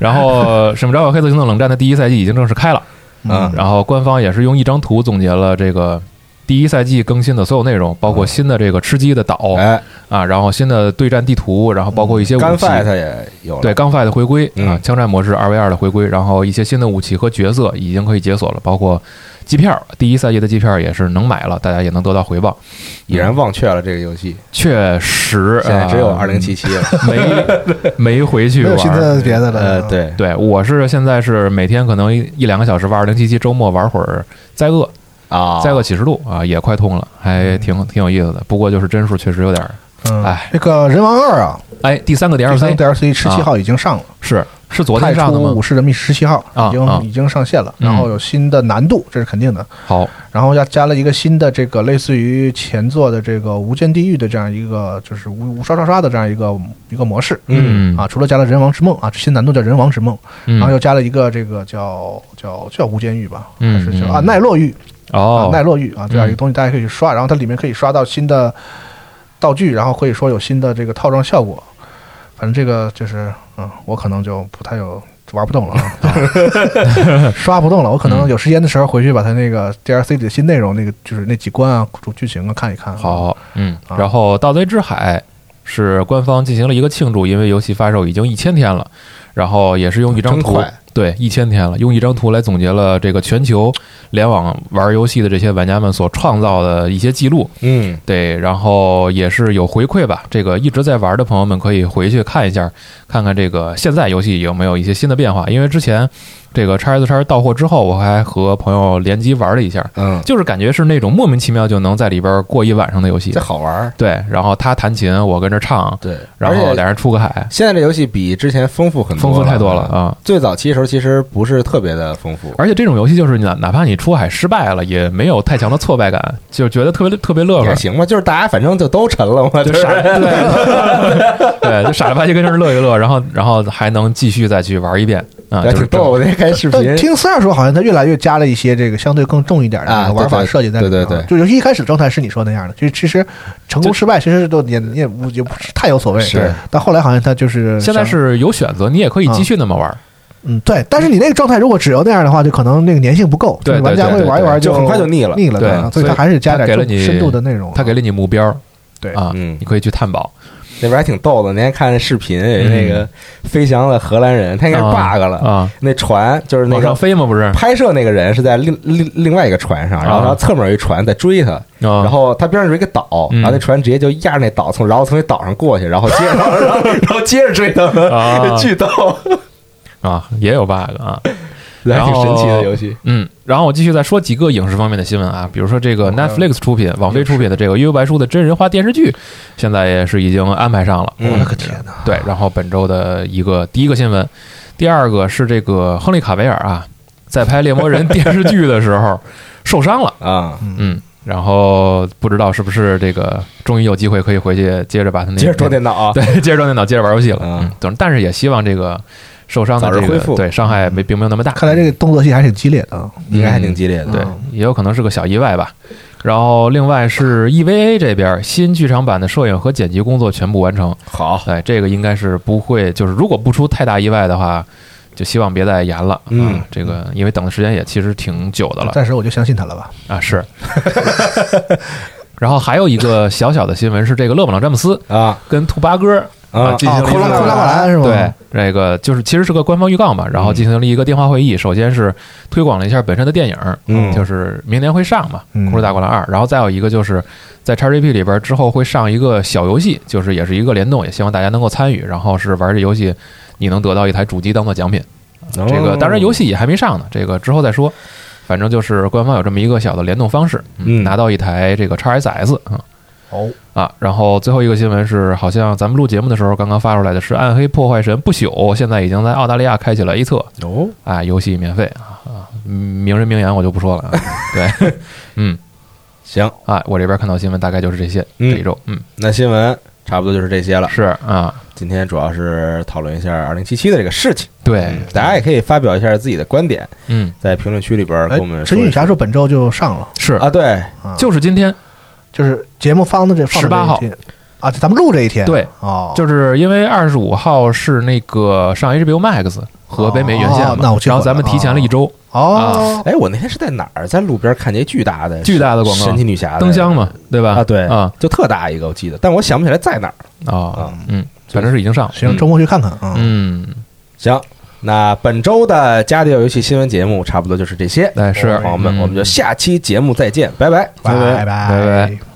然后《使命召唤：黑色行动冷战》的第一赛季已经正式开了，嗯然后官方也是用一张图总结了这个第一赛季更新的所有内容，包括新的这个吃鸡的岛嗯哎，啊，然后新的对战地图，然后包括一些武干器。 fight 也有了，对，钢 fight 的回归嗯啊，枪战模式二 v 二的回归，然后一些新的武器和角色已经可以解锁了，包括机票，第一赛季的机票也是能买了，大家也能得到回报。嗯已然忘却了这个游戏，确实，现在只有呃二零七，七了。没 [LAUGHS] 没回去没有新玩。的别的呃了。，嗯对，对，我是现在是每天可能一一两个小时玩二零七七，周末玩会儿灾厄，啊嗯灾厄启示录啊，也快通了，还挺挺有意思的。不过就是帧数确实有点儿，嗯，哎这个人王二啊，哎，第三个第三 DLC DLC 十七号已经上了，是是昨太天初上的武吗？士的密十七号啊已啊经已经上线了，嗯然后有新的难度，这是肯定的。好，然后要加了一个新的这个类似于前作的这个无间地狱的这样一个就是无无刷刷刷的这样一个一个模式。嗯啊，除了加了人王之梦啊，新难度叫人王之梦，嗯然后又加了一个这个叫叫叫无间狱吧，嗯还是叫嗯啊奈落狱啊哦，奈落狱啊这样一个东西，大家可以嗯刷，然后它里面可以刷到新的道具，然后可以说有新的这个套装效果。反正这个就是，嗯，我可能就不太有玩不动 [LAUGHS] 了啊， [LAUGHS] 刷不动了。我可嗯能有时间的时候回去把它那个 DLC 里的新内容，那个就是那几关啊、主剧情啊看一看。好，好，嗯，啊然后《盗贼之海》是官方进行了一个庆祝，因为游戏发售已经一千天了，然后也是用一张真图快，对，一千天了，用一张图来总结了这个全球联网玩游戏的这些玩家们所创造的一些记录，嗯，对，然后也是有回馈吧。这个一直在玩的朋友们可以回去看一下，看看这个现在游戏有没有一些新的变化。因为之前这个 x S 叉到货之后，我还和朋友联机玩了一下，嗯，就是感觉是那种莫名其妙就能在里边过一晚上的游戏这。好玩儿，对，然后他弹琴，我跟着唱，对，然而后且俩人出个海，现在这游戏比之前丰富很多，丰富太多了。啊！最早期的时候其实不是特别的丰富，而且这种游戏就是哪哪怕你出海失败了，也没有太强的挫败感，就觉得特别特别乐呵也。行吧，就是大家反正就都沉了嘛，就就是傻啊 [LAUGHS] 对，就傻了吧唧跟这儿乐一乐，然后然后还能继续再去玩一遍啊，还就是挺逗。我那看视频但，听四二说，好像他越来越加了一些这个相对更重一点的啊那个玩法对对设计在里面啊。对对对就尤其一开始状态是你说那样的，其实其实成功失败其实都也也不也不是太有所谓。是，但后来好像他就是现在想是有选择，你也可以继续那么玩。嗯对，但是你那个状态如果只有那样的话，就可能那个粘性不够，对就是玩家对对会对玩一玩就很快就腻了腻了，对啊所所以以他还是加他点给了更你深度的内容啊。他给了你目标，对啊，嗯你可以去探宝。那边还挺逗的。那天看视频，有那个飞翔的荷兰人，他应该是嗯啊 bug 了，啊，那船就是那往个上飞吗？不是拍摄那个人是在另另另外一个船上，然后嗯啊然后侧面有一船在追他，然 [LAUGHS] 然后他边上有一个岛，嗯然后那船直接就压着那岛从然后从那岛上过去，然后接 [LAUGHS] 着然后然后接着追他啊们， [LAUGHS] 巨逗，啊也有 bug 啊，还 [LAUGHS] 然挺后神奇的游戏。嗯，然后我继续再说几个影视方面的新闻啊，比如说这个 Netflix 出品、网飞出品的这个《幽游白书》的真人化电视剧，现在也是已经安排上了。嗯我的个哎天哪！对，然后本周的一个第一个新闻，第二个是这个亨利卡维尔啊，在拍《猎魔人》电视剧的时候 [LAUGHS] 受伤了，啊，嗯，然后不知道是不是这个终于有机会可以回去接着把他那接着装电脑啊， [LAUGHS] 对，接着装电脑，接着玩游戏了，啊嗯，等但是也希望这个受伤的早日这个恢复对伤害没并没有那么大，看来这个动作戏还挺激烈的啊。嗯应该还挺激烈的。对，也有可能是个小意外吧。然后另外是 EVA 这边新剧场版的摄影和剪辑工作全部完成，好，哎，这个应该是不会，就是如果不出太大意外的话，就希望别再延了。嗯啊，这个因为等的时间也其实挺久的了暂时我就相信他了吧。嗯啊，是。 [LAUGHS] 然后还有一个小小的新闻是，这个勒布朗詹姆斯啊跟兔八哥啊进行了一库拉个库拉瓦兰是吗？哦对，那个就是其实是个官方预告嘛，然后进行了一个电话会议。首先是推广了一下本身的电影，嗯就是明年会上嘛，嗯《骷髅大灌篮二》，然后再有一个就是在 XGP 里边之后会上一个小游戏，就是也是一个联动，也希望大家能够参与。然后是玩这游戏，你能得到一台主机当做奖品。这个当然游戏戏也还没上呢，这个之后再说。反正就是官方有这么一个小的联动方式，嗯拿到一台这个 XSS 啊、哦，啊，然后最后一个新闻是，好像咱们录节目的时候刚刚发出来的是《暗黑破坏神不朽》，现在已经在澳大利亚开启了 A 测，哦，啊，游戏免费啊啊，名人名言我就不说了，啊， [LAUGHS] 对，嗯行，啊，我这边看到新闻大概就是这些，这嗯一周，嗯，那新闻差不多就是这些了。是啊，今天主要是讨论一下二零七七的这个事情，对，大家也可以发表一下自己的观点，嗯，在评论区里边儿哎跟我们，神说一女说侠说本周就上了，是，啊，对，啊就是今天，就是节目放的这放的这18一号天啊，咱们录这一天对哦，就是因为二十五号是那个上 HBO Max 和北美院线嘛哦，那我记然后混了咱们提前了一周，啊哦，哎，我那天是在哪儿，在路边看见一巨大的巨大的广告神奇女侠的灯箱嘛，对吧？啊，对啊就特大一个，我记得，但我想不起来在哪儿。啊，嗯，反正是已经上了，行，嗯周末去看看啊。嗯，行，那本周的家里有游戏新闻节目差不多就是这些，哎是朋友们，嗯我们就下期节目再见，拜拜，拜拜拜拜拜。